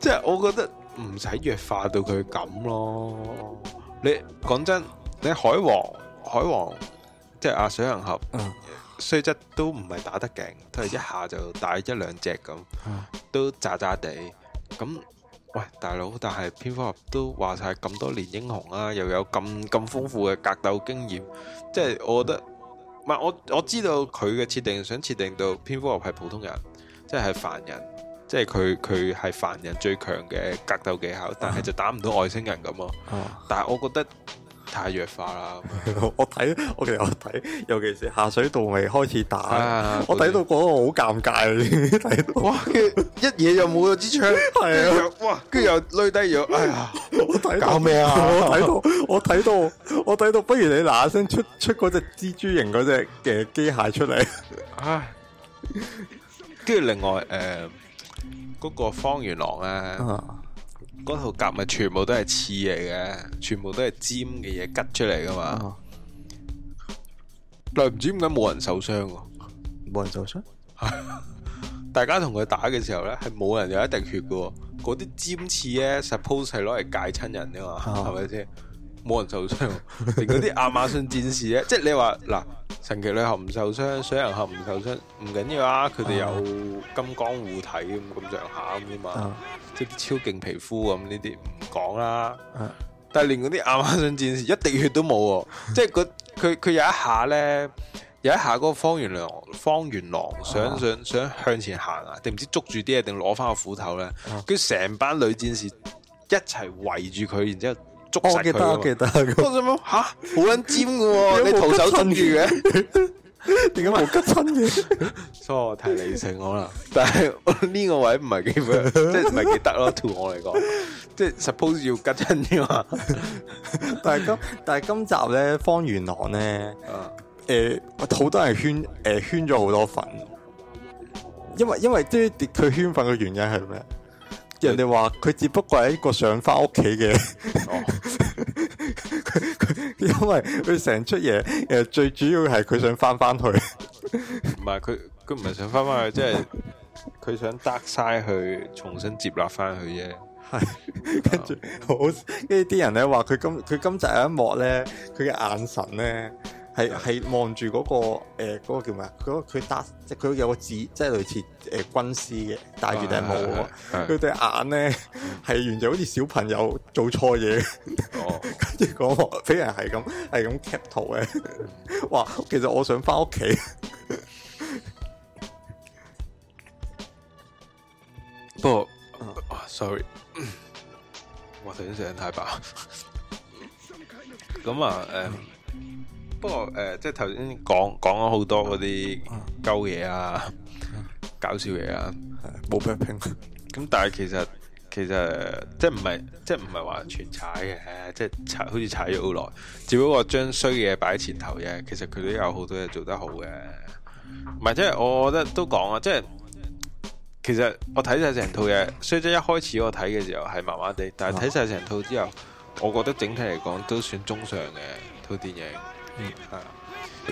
[SPEAKER 2] 即係我覺得唔使弱化到佢咁咯。你講真，你海王海王即係阿水行俠，
[SPEAKER 3] 嗯
[SPEAKER 2] 雖則都唔係打得勁，都係一下就打一兩隻咁
[SPEAKER 3] 嗯，
[SPEAKER 2] 都渣渣地。咁喂，大佬，但係蝙蝠俠都話晒咁多年英雄啦，又有咁咁豐富嘅格鬥經驗，即係我覺得，唔係我我知道佢嘅設定想設定到蝙蝠俠係普通人，即係凡人，即係佢佢係凡人最強嘅格鬥技巧，但係就打唔到外星人咁咯。
[SPEAKER 3] 啊，
[SPEAKER 2] 但係我覺得太弱化啦。
[SPEAKER 3] [laughs] 我睇，我其實我睇，尤其是下水道未開始
[SPEAKER 2] 咁
[SPEAKER 3] 打，
[SPEAKER 2] 啊
[SPEAKER 3] 我睇到嗰個好尷尬 [laughs] 啊！睇到
[SPEAKER 2] 哇，跟住一嘢又冇咗支槍，
[SPEAKER 3] 係啊
[SPEAKER 2] 跟住又哇，跟住又攣低咗，哎呀，
[SPEAKER 3] 我睇到
[SPEAKER 2] 搞咩啊
[SPEAKER 3] 我睇到，我睇到，我睇到，不如你嗱嗱聲出出嗰只蜘蛛型嗰只嘅機械出嚟。
[SPEAKER 2] 唉，跟住另外诶，嗰、個方元郎咧，
[SPEAKER 3] 啊
[SPEAKER 2] 嗰套夾咪全部都係刺嚟嘅，全部都係尖嘅嘢吉出嚟噶嘛，但係唔知點解冇人受傷喎。
[SPEAKER 3] 冇人受傷，
[SPEAKER 2] 大家同佢打嘅時候咧，係冇人有一滴血嘅喎。嗰啲尖刺咧，suppose 係攞嚟戒親人噶嘛，
[SPEAKER 3] 啊
[SPEAKER 2] 係咪先？冇人受傷喎，連嗰啲亞馬遜戰士咧，即係你話嗱，神奇女俠唔受傷，水人俠唔受傷，唔緊要啊，佢哋有金剛護體咁咁上下咁啫嘛，
[SPEAKER 3] 啊
[SPEAKER 2] 即係啲超勁皮膚咁呢啲唔講啦。
[SPEAKER 3] 啊
[SPEAKER 2] 但係連嗰啲亞馬遜戰士一滴血都冇
[SPEAKER 3] [laughs]
[SPEAKER 2] 喎，即係嗰佢佢有一下咧，有一下嗰個方元郎方元郎
[SPEAKER 3] 啊
[SPEAKER 2] 想想想向前行啊，定唔知捉住啲嘢定攞翻個斧頭咧
[SPEAKER 3] 啊，
[SPEAKER 2] 跟住成班女戰士一齊圍住佢，然之後捉
[SPEAKER 3] 哦我
[SPEAKER 2] 實
[SPEAKER 3] 記
[SPEAKER 2] 佢㗎
[SPEAKER 3] 得，我
[SPEAKER 2] 嘛。
[SPEAKER 3] 記得，
[SPEAKER 2] [laughs] 我想諗吓，好撚尖嘅喎，你
[SPEAKER 3] [laughs] 有冇
[SPEAKER 2] 徒手捉住
[SPEAKER 3] 吉親
[SPEAKER 2] 嘅，
[SPEAKER 3] 點解冇吉親嘅？
[SPEAKER 2] [laughs] 所以我太理性我啦。但係 [laughs] 我呢個位唔係幾，即係唔係幾得咯。 [laughs] 對我嚟講，即係 suppose 要吉親啊啫
[SPEAKER 3] [laughs]
[SPEAKER 2] 嘛。
[SPEAKER 3] 但係今但係今集咧，方元朗咧，
[SPEAKER 2] 啊
[SPEAKER 3] 誒、呃好多人圈誒、呃圈咗好多粉，因為因為即係佢圈粉嘅原因係咩？人哋話佢只不過係一個想翻屋企嘅。 [laughs]
[SPEAKER 2] 哦
[SPEAKER 3] 因為佢成出嘢，诶、最主要係佢想翻翻去，
[SPEAKER 2] 唔係佢佢唔係想翻翻去，即係佢想 dark side 去重新接納翻佢 [laughs] 啫。
[SPEAKER 3] 跟住好，跟住啲人咧話佢今佢今集有一幕咧，佢嘅眼神咧係系望住嗰個诶、誒嗰個叫咩啊？嗰、個佢搭即係佢有個字，即係類似诶、誒軍師嘅，戴住頂帽嗰個，
[SPEAKER 2] 係係嗯係
[SPEAKER 3] 佢對眼咧係完全好似小朋友做錯嘢。
[SPEAKER 2] 哦，
[SPEAKER 3] 跟住嗰幕俾人係咁係咁 cap 圖嘅，
[SPEAKER 2] 嗯
[SPEAKER 3] 哇！其實我想翻屋企，
[SPEAKER 2] 不過啊，sorry，我頭先食得太 [laughs] 飽。咁啊，誒、不過誒、即係頭先講講咗好多嗰啲鳩嘢啊、搞笑嘢啊。
[SPEAKER 3] 冇 b a c k p
[SPEAKER 2] 咁但係其實其實即係唔係即係唔係話全踩嘅，即係踩好似踩咗好耐，只不過將衰嘢擺喺前頭啫。其實佢都有好多嘢做得好嘅，唔係即係我覺得都講啊，即係其實我睇晒成套嘢，雖則一開始我睇嘅時候係麻麻地，但係睇晒成套之後，我覺得整體嚟講都算中上嘅套電影，
[SPEAKER 3] 嗯
[SPEAKER 2] 係啊，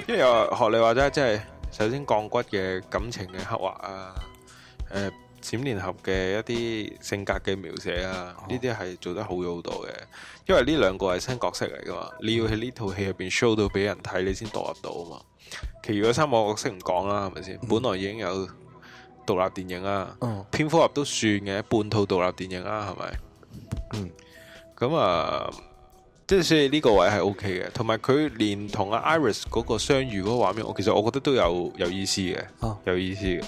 [SPEAKER 2] 因為又學你話齋，即係首先鋼骨嘅感情嘅刻畫啊，誒、閃電俠嘅一啲性格嘅描寫啊，
[SPEAKER 3] 哦
[SPEAKER 2] 呢啲係做得好咗好多嘅，因為呢兩個係新角色嚟噶嘛，你要喺呢套戲入邊 show 到俾人睇，你先代入到啊嘛。其餘嗰三個角色唔講啦，係咪先？本來已經有獨立電影啊啦，
[SPEAKER 3] 嗯
[SPEAKER 2] 蝙蝠俠都算嘅，半套獨立電影啦，係咪？
[SPEAKER 3] 嗯，
[SPEAKER 2] 咁啊，即係所以呢個位係 O K 嘅，同埋佢連同阿 Iris 嗰個相遇嗰個畫面，我其實我覺得都有有意思嘅。
[SPEAKER 3] 啊
[SPEAKER 2] 有意思嘅，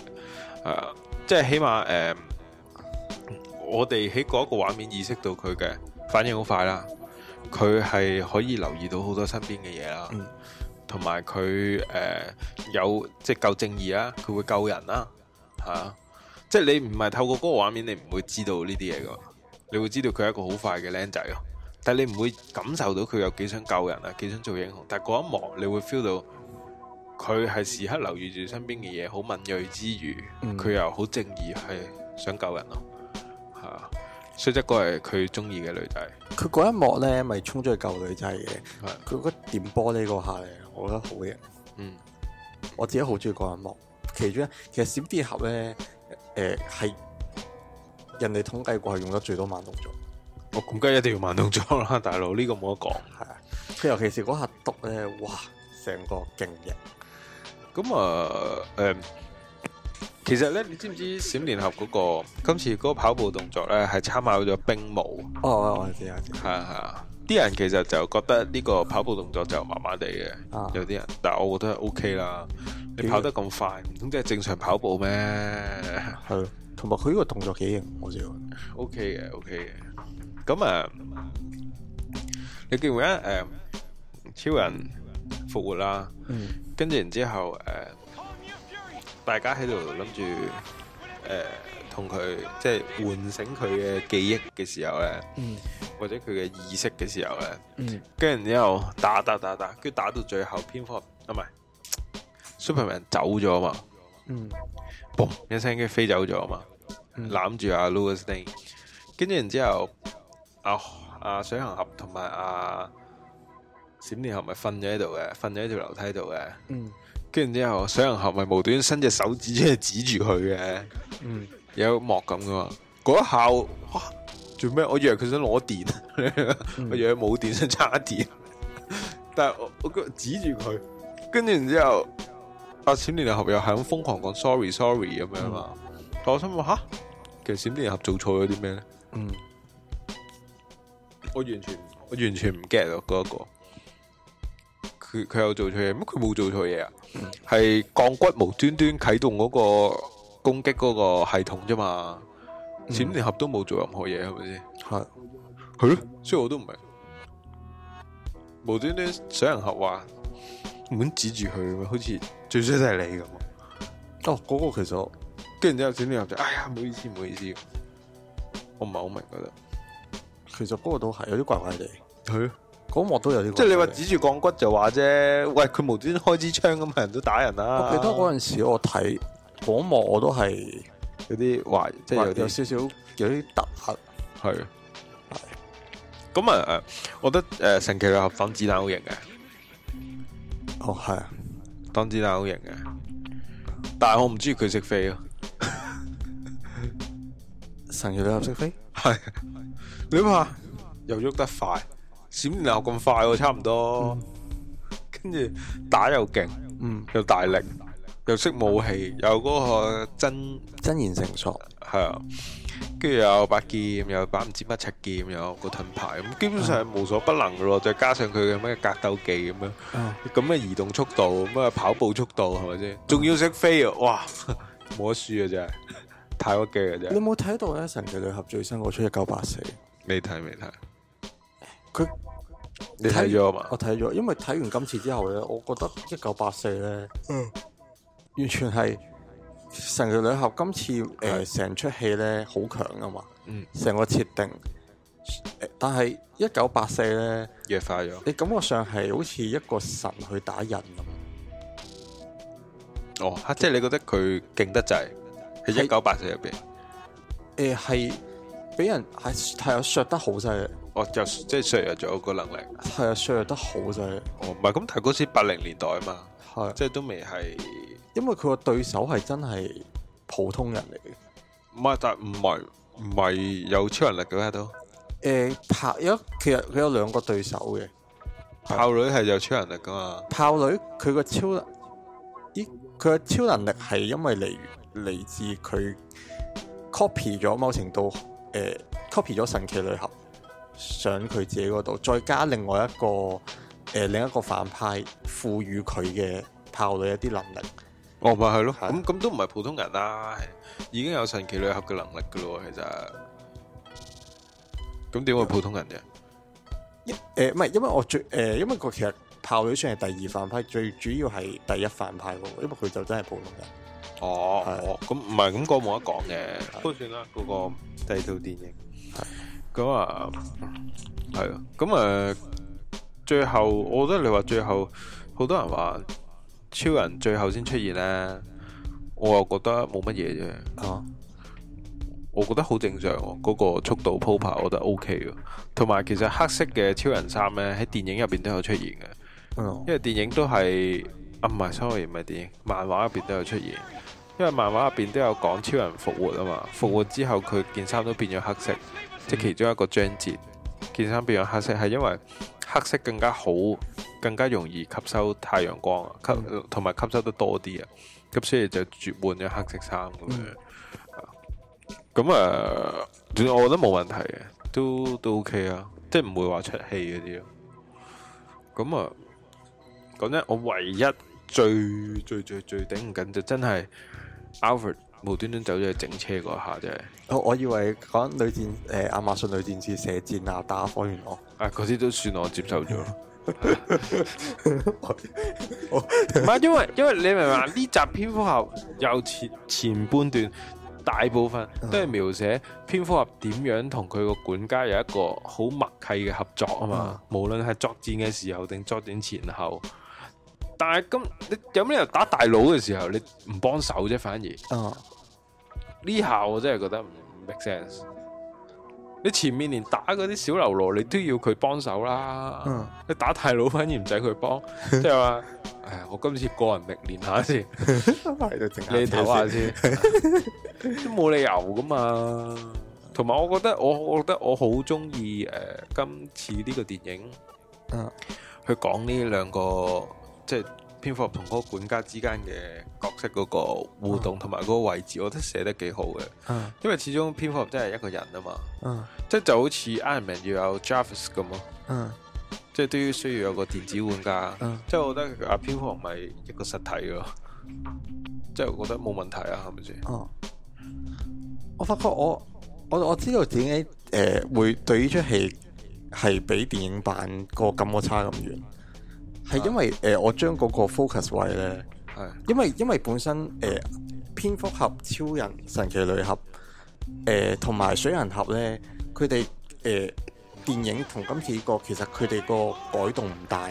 [SPEAKER 2] 係啊，即係起碼誒、我哋喺嗰一個畫面意識到佢嘅反應好快啦，佢係可以留意到好多身邊嘅嘢啦
[SPEAKER 3] 嗯，
[SPEAKER 2] 同埋佢誒有即係夠正義啦，佢會救人啦，係啊，即係你唔係透過嗰個畫面，你唔會知道呢啲嘢噶，你會知道佢係一個好快嘅僆仔咯。但係你唔會感受到佢有幾想救人啊，幾想做英雄。但係嗰一幕，你會 feel 到佢係時刻留意住身邊嘅嘢，好敏鋭之餘，
[SPEAKER 3] 嗯
[SPEAKER 2] 佢、又好正義，係想救人咯。嚇、所以則個係佢中意嘅女仔，
[SPEAKER 3] 佢嗰一幕咧，咪衝咗去救女仔嘅
[SPEAKER 2] 係。
[SPEAKER 3] 佢嗰點玻璃嗰下咧，我覺得好型。
[SPEAKER 2] 嗯，
[SPEAKER 3] 我自己好中意嗰一幕。其中一其實閃電俠咧，誒、係人哋統計過係用得最多慢動作，
[SPEAKER 2] 我哦咁梗係一定要慢動作啦，大佬呢、個冇得講。
[SPEAKER 3] 係啊。佢尤其是嗰下篤咧，哇！成個勁型，
[SPEAKER 2] 咁啊，誒、其實咧，你知唔知閃電俠嗰、個今次嗰個跑步動作咧，係參考咗冰舞。
[SPEAKER 3] 哦，我我知我知，
[SPEAKER 2] 係啊係啊，啲人其實就覺得呢個跑步動作就麻麻地嘅，
[SPEAKER 3] 啊
[SPEAKER 2] 有啲人，但係我覺得 O K 啦。你
[SPEAKER 3] 點
[SPEAKER 2] 跑得咁快，唔通真係正常跑步咩 [laughs]
[SPEAKER 3] 係咯。同埋佢呢個動作幾型，我知。
[SPEAKER 2] ？O K 嘅，O K 嘅。咁啊，你記唔記得誒超人復活啦，
[SPEAKER 3] 嗯，
[SPEAKER 2] 跟住然之後誒、呃大家喺度諗住誒同佢即係喚醒佢嘅記憶嘅時候呃咧，
[SPEAKER 3] 嗯
[SPEAKER 2] 或者佢嘅意識嘅時候咧，
[SPEAKER 3] 嗯
[SPEAKER 2] 跟住然之後打打打打，跟住打到最後蝙蝠俠啊唔係 Superman 走咗啊嘛，
[SPEAKER 3] 嗯
[SPEAKER 2] 嘣一聲跟住飛走咗啊嘛，
[SPEAKER 3] 嗯
[SPEAKER 2] 攬住阿 Louis Lane，跟住然之後阿阿水行俠同埋阿閃電俠咪瞓咗喺度嘅，瞓咗喺條樓梯度嘅。
[SPEAKER 3] 嗯
[SPEAKER 2] 跟住之後，水行俠咪無端端伸隻手指出嚟指住佢嘅，
[SPEAKER 3] 嗯，
[SPEAKER 2] 有一幕咁噶嘛。嗰一下我，哇！做咩？我以為佢想攞電，我以為冇電想叉電，但係我我個指住佢，跟住然之後，阿閃電俠又係咁瘋狂講 sorry sorry 咁樣嘛。但我心諗吓，其實閃電俠做錯咗啲咩咧？
[SPEAKER 3] 嗯
[SPEAKER 2] 我完全我完全唔 get 咯嗰一個，佢佢有做錯嘢，乜佢冇做錯嘢啊？係鋼骨無端端啟動嗰個攻擊嗰個系統啫嘛，
[SPEAKER 3] 嗯
[SPEAKER 2] 閃電俠都冇做任何嘢，係咪先？
[SPEAKER 3] 係
[SPEAKER 2] 係咯，所以我都唔明，無端端水人俠話唔肯指住佢咁樣，好似最衰都係你咁啊。
[SPEAKER 3] 哦，嗰個其實
[SPEAKER 2] 跟住然之後，閃電俠就哎呀，唔好意思，唔好意思，我唔係好明覺得。
[SPEAKER 3] 其實嗰個都係有啲怪怪地，
[SPEAKER 2] 係咯。
[SPEAKER 3] 嗰幕都有啲怪怪地。
[SPEAKER 2] 即係你話指住鋼骨就話啫，喂佢無端端開支槍咁，人都打人啦。
[SPEAKER 3] 我記得嗰陣時我睇嗰幕我都係
[SPEAKER 2] 有啲懷，即係有
[SPEAKER 3] 有
[SPEAKER 2] 啲
[SPEAKER 3] 少少有啲突兀。
[SPEAKER 2] 係。咁啊誒，我覺得誒神奇女俠擋子彈好型嘅，
[SPEAKER 3] 哦，係啊，
[SPEAKER 2] 擋子彈好型嘅，但係我唔中意佢識飛咯。
[SPEAKER 3] 神奇女俠識飛，
[SPEAKER 2] 係，你諗下又喐得快，閃電俠咁快喎，差唔多，跟住打又勁，
[SPEAKER 3] 嗯，
[SPEAKER 2] 又大力，又識武器，又嗰個真
[SPEAKER 3] 真言成熟，
[SPEAKER 2] 系啊，跟住有把劍，有把唔知乜柒劍，有個盾牌，咁基本上係無所不能嘅咯。再加上佢嘅咩格鬥技咁樣，
[SPEAKER 3] 嗯
[SPEAKER 2] 咁嘅移動速度，咁嘅跑步速度係咪先？仲要識飛啊！哇， [laughs] 冇得輸啊真係，太屈機啊真
[SPEAKER 3] 你有
[SPEAKER 2] 係。
[SPEAKER 3] 冇睇到咧？神奇女俠最新嗰出一九八四，
[SPEAKER 2] 未睇未睇，
[SPEAKER 3] 佢
[SPEAKER 2] 你睇咗啊嘛？
[SPEAKER 3] 我睇咗，因為睇完今次之後咧，我覺得一九八四咧，完全係神奇女俠今次誒成出戲咧好強啊嘛，
[SPEAKER 2] 嗯，
[SPEAKER 3] 成個設定，呃但係一九八四咧，
[SPEAKER 2] 弱化咗。
[SPEAKER 3] 你感覺上係好似一個神去打人咁，
[SPEAKER 2] 哦，嚇即係你覺得佢勁得滯，喺
[SPEAKER 3] 係
[SPEAKER 2] 一九八四入邊，
[SPEAKER 3] 誒呃係俾人係係啊削得好犀利，
[SPEAKER 2] 哦就即係削弱咗個能力。
[SPEAKER 3] 係啊削得好犀利，
[SPEAKER 2] 哦，唔係咁，但係嗰時八零年代啊嘛，
[SPEAKER 3] 係
[SPEAKER 2] 即係都未係。
[SPEAKER 3] 因為佢個對手係真係普通人嚟嘅。
[SPEAKER 2] 唔係，但唔係唔係有超能力嘅咩都，
[SPEAKER 3] 誒、炮有其實佢有兩個對手嘅，
[SPEAKER 2] 炮女係有超能力噶嘛？
[SPEAKER 3] 炮女佢個超能，咦佢嘅超能力係因為嚟嚟自佢 copy 咗某程度誒、copy 咗神奇女俠上佢自己嗰度，再加另外一個誒、另一個反派賦予佢嘅炮女一啲能力，
[SPEAKER 2] 哦，咪係咯，
[SPEAKER 3] 係
[SPEAKER 2] 咁咁都唔係普通人啦，係已經有神奇女俠嘅能力噶咯，其實。咁點會普通人啫？
[SPEAKER 3] 呃誒唔係因為我最誒、呃因為佢其實炮女算係第二反派，最主要係第一反派嗰個，因為佢就真係普通人。
[SPEAKER 2] 哦，
[SPEAKER 3] 係
[SPEAKER 2] 哦咁唔係咁個冇得講嘅，不過算啦，嗰個第二套電影。咁啊，係咯，咁啊，最後我覺得你話最後好多人話超人最後先出現咧，我又覺得冇乜嘢啫。
[SPEAKER 3] 啊，
[SPEAKER 2] 我覺得好正常喎，嗰、個速度鋪排我覺得 O K 嘅。同埋其實黑色嘅超人衫呢，喺電影入邊都有出現嘅，
[SPEAKER 3] 嗯
[SPEAKER 2] 因，為電影都係啊唔係，sorry 唔係電影，漫畫入邊都有出現。因為漫畫入邊都有講超人復活啊嘛，復活之後佢件衫都變咗黑色，即係其中一個章節，件衫變咗黑色係因為黑色更加好，更加容易吸收太陽光啊，吸同埋吸收得多啲啊，咁所以就轉換咗黑色衫咁樣。咁啊，總之我覺得冇問題嘅，都都 OK 啊，即係唔會話出戲嗰啲咯。咁啊，講真，我唯一最最最最頂唔緊就真係 Alfred 無端端走咗去整車嗰下啫，
[SPEAKER 3] 我我以為講女戰誒、呃、亞馬遜女戰士射箭啊打火原來
[SPEAKER 2] [laughs] 啊嗰啲都算我接受咗，唔係因為因為你明唔明啊？呢集蝙蝠俠由前前半段大部分都係描寫蝙蝠俠點樣同佢個管家有一個好默契嘅合作啊嘛。無論係作戰嘅時候定作戰前後，但係咁你有咩理由打大佬嘅時候你唔幫手啫？反而
[SPEAKER 3] [laughs] 啊，
[SPEAKER 2] 呢下我真係覺得唔 make sense。你前面連打嗰啲小流羅，你都要佢幫手啦。
[SPEAKER 3] 嗯，
[SPEAKER 2] 你打大佬反而唔使佢 [laughs] 幫，即係話，唉，我今次個人歷練下 [laughs] 先，
[SPEAKER 3] 係就整
[SPEAKER 2] 你唞下先， [laughs] 都冇理由噶嘛。同埋，我覺得我我覺得我好中意誒今次呢個電影，
[SPEAKER 3] 嗯
[SPEAKER 2] 去講呢兩個即係蝙蝠俠同嗰個管家之間嘅角色嗰個互動，同埋嗰個位置，我覺得寫得幾好嘅。
[SPEAKER 3] 嗯
[SPEAKER 2] 因為始終蝙蝠俠真係一個人啊嘛，
[SPEAKER 3] 嗯
[SPEAKER 2] 即係就好似 Iron Man 要有 Jarvis 咁咯，
[SPEAKER 3] 嗯
[SPEAKER 2] 即係都要需要有個電子玩家。
[SPEAKER 3] 嗯
[SPEAKER 2] 即係我覺得阿蝙蝠俠咪一個實體咯，即係我覺得冇問題啊，係咪先？
[SPEAKER 3] 哦，我發覺我我我知道自己诶、呃、會對呢出戲係比電影版個感覺差咁遠，係因為诶、呃我將嗰個 focus 位咧。
[SPEAKER 2] 係
[SPEAKER 3] 因為因為本身誒、呃蝙蝠俠、超人、神奇女俠誒同埋水人俠咧，佢哋誒電影同今次呢個其實佢哋個改動唔大啊。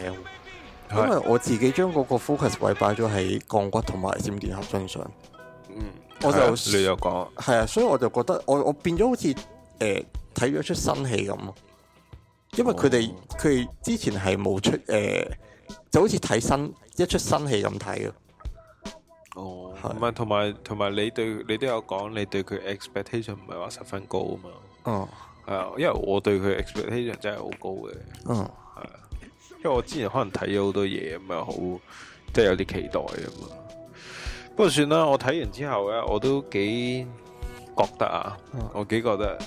[SPEAKER 3] 因
[SPEAKER 2] 係
[SPEAKER 3] 為我自己將嗰個 focus 位擺咗喺鋼骨同埋閃電俠身上，
[SPEAKER 2] 嗯，
[SPEAKER 3] 我就
[SPEAKER 2] 係啊你又講啊，
[SPEAKER 3] 係啊，所以我就覺得我我變咗好似誒睇咗出新戲咁啊。因為佢哋
[SPEAKER 2] 哦
[SPEAKER 3] 佢哋之前係冇出誒、呃就好似睇新一出新戲咁睇嘅。
[SPEAKER 2] 哦，
[SPEAKER 3] 係
[SPEAKER 2] 唔係同埋同埋你對你都有講，你對佢 expectation 唔係話十分高啊嘛，
[SPEAKER 3] 嗯
[SPEAKER 2] 係啊，因為我對佢 expectation 真係好高嘅，
[SPEAKER 3] 嗯
[SPEAKER 2] 因為我之前可能睇咗好多嘢咁啊，好即係有啲期待咁啊。不過算啦，我睇完之後啊咧，我都幾覺得啊，
[SPEAKER 3] 嗯
[SPEAKER 2] 我幾覺得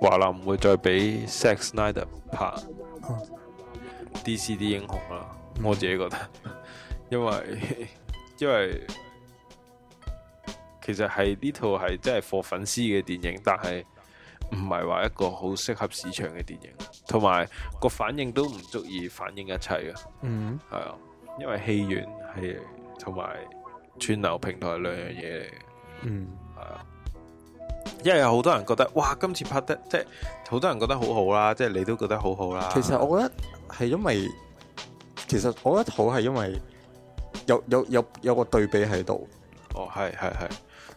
[SPEAKER 2] 華納唔會再俾 Zack Snyder 拍
[SPEAKER 3] 嗯
[SPEAKER 2] DC 啲英雄啦。
[SPEAKER 3] 嗯
[SPEAKER 2] 我自己覺得， [laughs] 因為 [laughs] 因為其實係呢套係真係 for 粉絲嘅電影，但係唔係話一個好適合市場嘅電影，同埋個反應都唔足以反映一切嘅。
[SPEAKER 3] 嗯。
[SPEAKER 2] 系啊，因為戲院係同埋串流平台係兩樣嘢嚟嘅，
[SPEAKER 3] 嗯
[SPEAKER 2] 系啊。因為有好多人覺得，哇，今次拍得即係好多人覺得好好啦，即係你都覺得好好啦。
[SPEAKER 3] 其實我覺得係因為，其實我覺得好係因為有有有有個對比喺度，
[SPEAKER 2] 哦，係係係，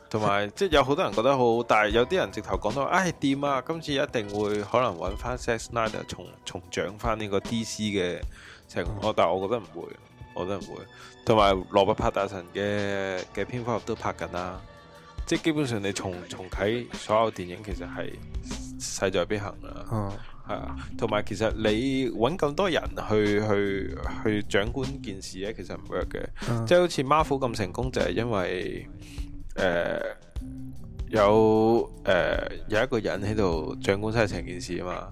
[SPEAKER 2] 同埋 [laughs] 即係有好多人覺得好好，但係有啲人直頭講到，唉掂啊，今次一定會可能揾翻 Zack Snyder 重重掌翻呢個 DC 嘅成
[SPEAKER 3] 嗯
[SPEAKER 2] 我，但係我覺得唔會，我覺得唔會。同埋羅伯帕特神嘅嘅蝙蝠俠都拍緊啦，即係基本上你重重啟所有電影其實係勢在必行啦。
[SPEAKER 3] 嗯
[SPEAKER 2] 係啊，同埋其實你揾咁多人去去去掌管件事咧，其實唔 work 嘅。即係好似 Marvel 咁成功，就係因為誒、呃有誒、呃有一個人喺度掌管晒成件事啊嘛。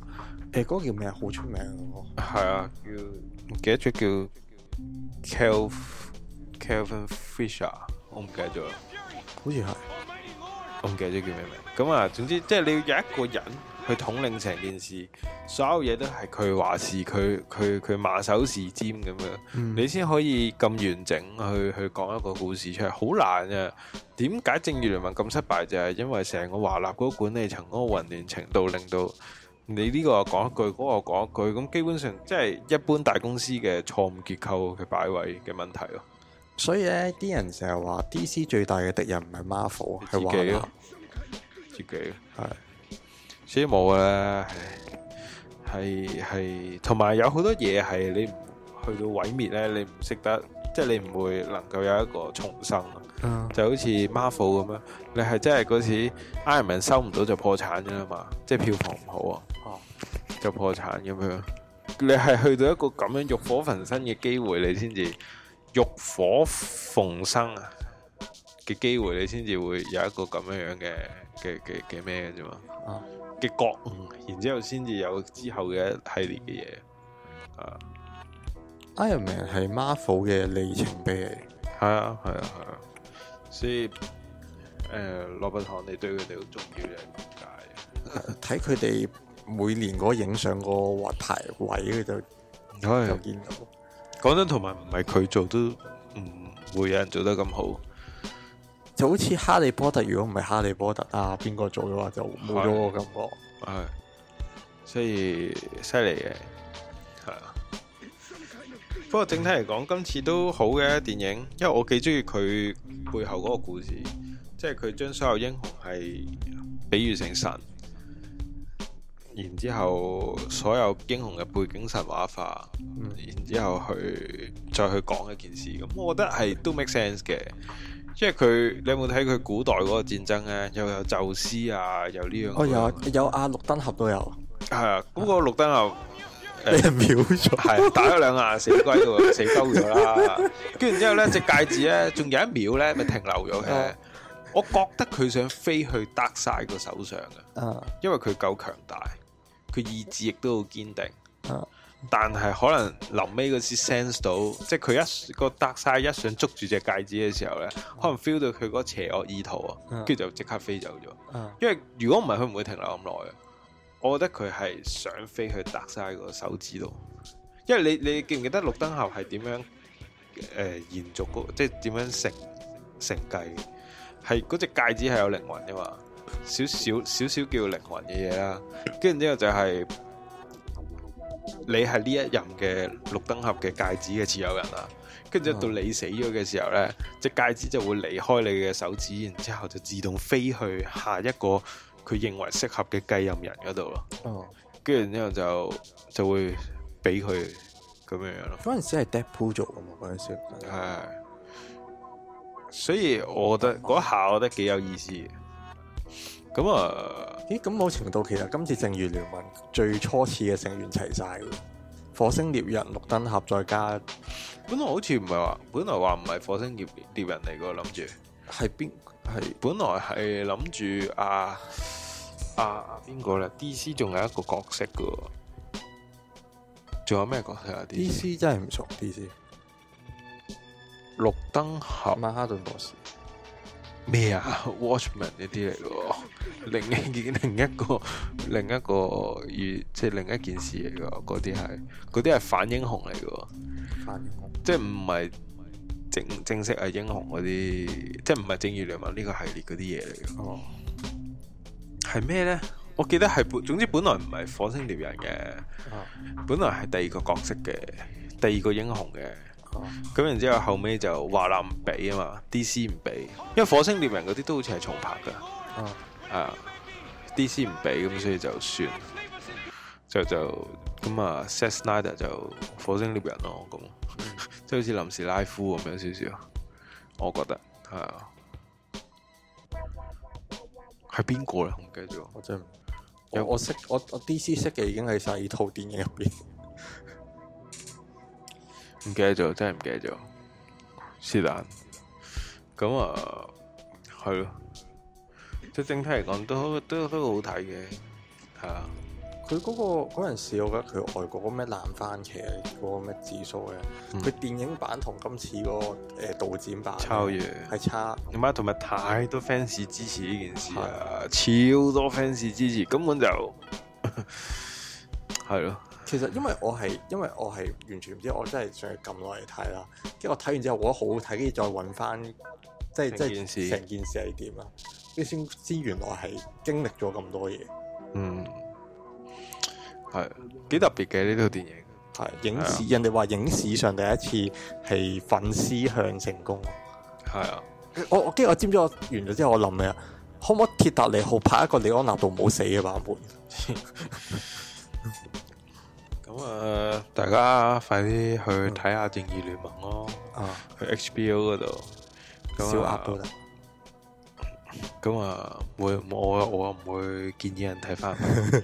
[SPEAKER 3] 誒嗰個叫咩啊？好出名嘅
[SPEAKER 2] 係啊，叫唔記得咗叫 Cal Calvin Fisher，我唔記得咗啦，
[SPEAKER 3] 好似係
[SPEAKER 2] 我唔記得咗叫咩名。咁啊，總之即係你要有一個人去統領成件事，所有嘢都係佢話事，佢佢佢馬首是瞻咁樣。你先可以咁完整去去講一個故事出嚟，好難嘅。點解正義聯盟咁失敗就係、因為成個華納嗰個管理層嗰個混亂程度，令到你呢個講一句，嗰、個講一句，咁基本上即係一般大公司嘅錯誤結構嘅擺位嘅問題咯。
[SPEAKER 3] 所以咧啲人成日話 DC 最大嘅敵人唔係 Marvel，係華
[SPEAKER 2] 自己
[SPEAKER 3] 納
[SPEAKER 2] 咯，自己
[SPEAKER 3] 係
[SPEAKER 2] 所以冇啦，唉係係同埋有好多嘢係你唔去到毀滅咧，你唔識得，即係你唔會能夠有一個重生咯。
[SPEAKER 3] 嗯
[SPEAKER 2] 就好似 Marvel 咁樣，你係真係嗰時 Iron Man 收唔到就破產㗎啦嘛，即係票房唔好
[SPEAKER 3] 哦
[SPEAKER 2] 啊，就破產咁樣。你係去到一個咁樣浴火焚身嘅機會，你先至浴火逢生啊嘅機會，你先至會有一個咁樣樣嘅嘅嘅嘅咩嘅啫嘛
[SPEAKER 3] 啊，
[SPEAKER 2] 嘅覺悟，然之後先至有之後嘅一系列嘅嘢啊。
[SPEAKER 3] Iron Man 係 Marvel 嘅里程碑嚟。
[SPEAKER 2] 系啊，系啊，系啊，所以诶，羅伯堂你對佢哋好重要嘅點解？啊
[SPEAKER 3] 睇佢哋每年嗰個影相個位排位，佢就
[SPEAKER 2] 係
[SPEAKER 3] 就見到。
[SPEAKER 2] 講真，同埋唔係佢做都唔會有人做得咁好。
[SPEAKER 3] 就好似哈利波特，如果唔係哈利波特啊，邊個做嘅話就冇咗個感覺。
[SPEAKER 2] 系，所以犀利嘅，系啊。不過整體嚟講，今次都好嘅電影，因為我幾中意佢背後嗰個故事，即係佢將所有英雄係比喻成神，然之後所有英雄嘅背景神話化，
[SPEAKER 3] 嗯
[SPEAKER 2] 然之後去再去講一件事，咁我覺得係都 make sense 嘅，因為佢你有冇睇佢古代嗰個戰爭咧？又有宙斯啊，有呢樣
[SPEAKER 3] 哦，
[SPEAKER 2] 嗰樣啊
[SPEAKER 3] 有有阿綠燈俠都 [laughs] 有，
[SPEAKER 2] 系啊，咁、個綠燈又
[SPEAKER 3] 俾人秒咗。
[SPEAKER 2] 係打咗兩下死鬼度，死鳩咗啦。跟住之後咧，隻戒指咧，仲有一秒咧，咪停留咗嘅
[SPEAKER 3] 啊。
[SPEAKER 2] 我覺得佢想飛去得晒個手上嘅，
[SPEAKER 3] 啊
[SPEAKER 2] 因為佢夠強大，佢意志亦都好堅定。
[SPEAKER 3] 啊
[SPEAKER 2] 但係可能臨尾嗰時 sense 到，即係佢一個得晒一想捉住隻戒指嘅時候咧，可能 feel 到佢嗰個邪惡意圖啊
[SPEAKER 3] 嗯，
[SPEAKER 2] 跟住就即刻飛走咗。
[SPEAKER 3] 啊！
[SPEAKER 2] 因為如果唔係，佢唔會停留咁耐嘅。我覺得佢係想飛去搭晒個手指度，因為你你記唔記得綠燈俠係點樣誒、呃延續嗰、即係點樣承承繼嘅？係嗰隻戒指係有靈魂嘅嘛，少少少少叫靈魂嘅嘢啦。跟住之後就係、你係呢一任嘅綠燈俠嘅戒指嘅持有人啦。跟住到你死咗嘅時候呢，隻戒指就會離開你嘅手指，然之後就自動飛去下一個佢認為適合嘅繼任人嗰度咯。
[SPEAKER 3] 哦，
[SPEAKER 2] 跟住之後就就會俾佢咁樣樣咯。
[SPEAKER 3] 嗰陣時係 Deadpool 做嘅嘛，嗰陣時
[SPEAKER 2] 係，所以我覺得嗰一下我覺得幾有意思嘅。咁啊，
[SPEAKER 3] 咦，咁某程度其實今次正義聯盟最初始嘅成員齊晒嘅，火星獵人、綠燈俠再加
[SPEAKER 2] 本來好似唔係話，本來話唔係火星獵獵人嚟個諗住，
[SPEAKER 3] 係邊係
[SPEAKER 2] 本來係諗住啊啊邊個咧？DC 仲有一個角色嘅喎，仲有咩角色啊？DC
[SPEAKER 3] DC 真係唔熟 DC，
[SPEAKER 2] 綠燈俠
[SPEAKER 3] 曼哈頓博士
[SPEAKER 2] 咩啊？Watchman 呢啲嚟嘅喎，另一件另一個另一個與即係另一件事嚟嘅喎，嗰啲係嗰啲係反英雄嚟嘅喎，
[SPEAKER 3] 反應我
[SPEAKER 2] 即係唔係正正式係英雄嗰啲，即係唔係正義聯盟呢個系列嗰啲嘢嚟嘅。
[SPEAKER 3] 哦，
[SPEAKER 2] 係咩呢？我記得係本總之本來唔係火星獵人嘅，
[SPEAKER 3] 啊
[SPEAKER 2] 本來係第二個角色嘅，第二個英雄嘅。
[SPEAKER 3] 哦
[SPEAKER 2] 咁然之後後尾就華納唔俾啊嘛，DC 唔俾，因為火星獵人嗰啲都好似係重拍㗎。
[SPEAKER 3] 啊
[SPEAKER 2] 啊，DC 唔俾咁，所以就算就就咁啊。Zack Snyder 就火星獵人咯，咁 [laughs] 即係好似臨時拉夫咁樣少少，我覺得係啊。係邊個咧？我唔記得咗。
[SPEAKER 3] 我真係唔
[SPEAKER 2] 有
[SPEAKER 3] 我我識我我 DC 識嘅已經係細套電影入邊，
[SPEAKER 2] 唔記得咗，真係唔記得咗。是但，咁啊，係咯，即係整體嚟講都都都好睇嘅，係啊，
[SPEAKER 3] 佢嗰、個嗰陣時，我覺得佢外國嗰咩爛番茄嗰個咩指數嘅，
[SPEAKER 2] 嗯
[SPEAKER 3] 佢、電影版同今次嗰個誒導剪版
[SPEAKER 2] 超越
[SPEAKER 3] 係差，
[SPEAKER 2] 咁啊，同埋太多 fans 支持呢件事啊，超多 fans 支持，根本 [laughs] 就係咯，
[SPEAKER 3] 其實因為我係因為我係完全唔知，我真係上去撳落嚟睇啦。跟住我睇完之後，我覺得好好睇，跟住再揾翻即係
[SPEAKER 2] 成
[SPEAKER 3] 即
[SPEAKER 2] 件事
[SPEAKER 3] 係成件事係點啦。跟住先知原來係經歷咗咁多嘢，
[SPEAKER 2] 嗯，係幾特別嘅呢套電影，
[SPEAKER 3] 係影
[SPEAKER 2] 啊
[SPEAKER 3] 視人哋話影史上第一次係粉絲向成功。
[SPEAKER 2] 係啊，
[SPEAKER 3] 我我跟住我知唔知我完咗之後，我諗咩啊？可唔可以鐵達尼號拍一個李安納度唔好死嘅版本？
[SPEAKER 2] 咁啊，大家快啲去睇下《正義聯盟》咯，
[SPEAKER 3] 啊，
[SPEAKER 2] 去 HBO 嗰度，咁啊
[SPEAKER 3] 小鴨都得。
[SPEAKER 2] 咁啊，會我我又唔會建議人睇
[SPEAKER 3] [laughs]
[SPEAKER 2] 翻，係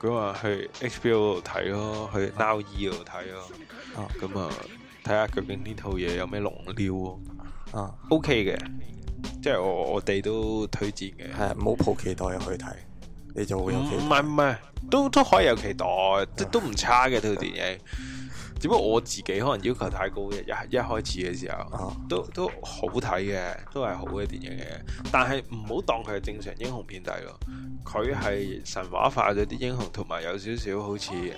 [SPEAKER 2] 咁啊去 HBO 嗰度睇咯，去 Now E 嗰度睇咯
[SPEAKER 3] 哦，
[SPEAKER 2] 咁啊睇下究竟呢套嘢有咩龍料喎
[SPEAKER 3] 啊，
[SPEAKER 2] ，OK 嘅，即係我我哋都推薦嘅，
[SPEAKER 3] 係啊唔好抱期待去睇，你就會有期
[SPEAKER 2] 唔
[SPEAKER 3] 待。
[SPEAKER 2] 係唔係，都都可以有期待，即都唔差嘅套電影，只不過我自己可能要求太高嘅，一一開始嘅時候。
[SPEAKER 3] 啊，
[SPEAKER 2] 都都好睇嘅，都係好嘅電影嘅。但係唔好當佢係正常英雄片睇咯，佢係神話化咗啲英雄，同埋有少少好似誒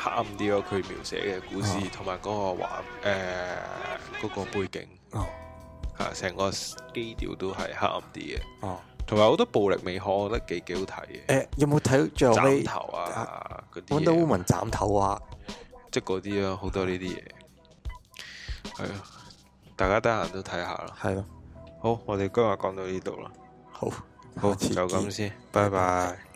[SPEAKER 2] 黑暗啲咯，佢描寫嘅故事
[SPEAKER 3] 啊
[SPEAKER 2] 同埋嗰個畫诶嗰個背景
[SPEAKER 3] 哦
[SPEAKER 2] 吓，成個基調都係黑暗啲嘅，
[SPEAKER 3] 哦，
[SPEAKER 2] 同埋好多暴力美學，我覺得幾幾好睇嘅，
[SPEAKER 3] 誒有冇睇最後
[SPEAKER 2] 斬
[SPEAKER 3] 尾
[SPEAKER 2] 頭啊嗰啲
[SPEAKER 3] Wonder
[SPEAKER 2] 嘢，
[SPEAKER 3] Woman 斬頭啊？
[SPEAKER 2] 即係嗰啲咯，好多呢啲嘢，係啊，大家得閒都睇下啦。
[SPEAKER 3] 係咯，
[SPEAKER 2] 好，我哋今日講到呢度啦，
[SPEAKER 3] 好，
[SPEAKER 2] 好
[SPEAKER 3] 下次
[SPEAKER 2] 就
[SPEAKER 3] 見
[SPEAKER 2] 咁先，拜
[SPEAKER 3] 拜拜
[SPEAKER 2] 拜。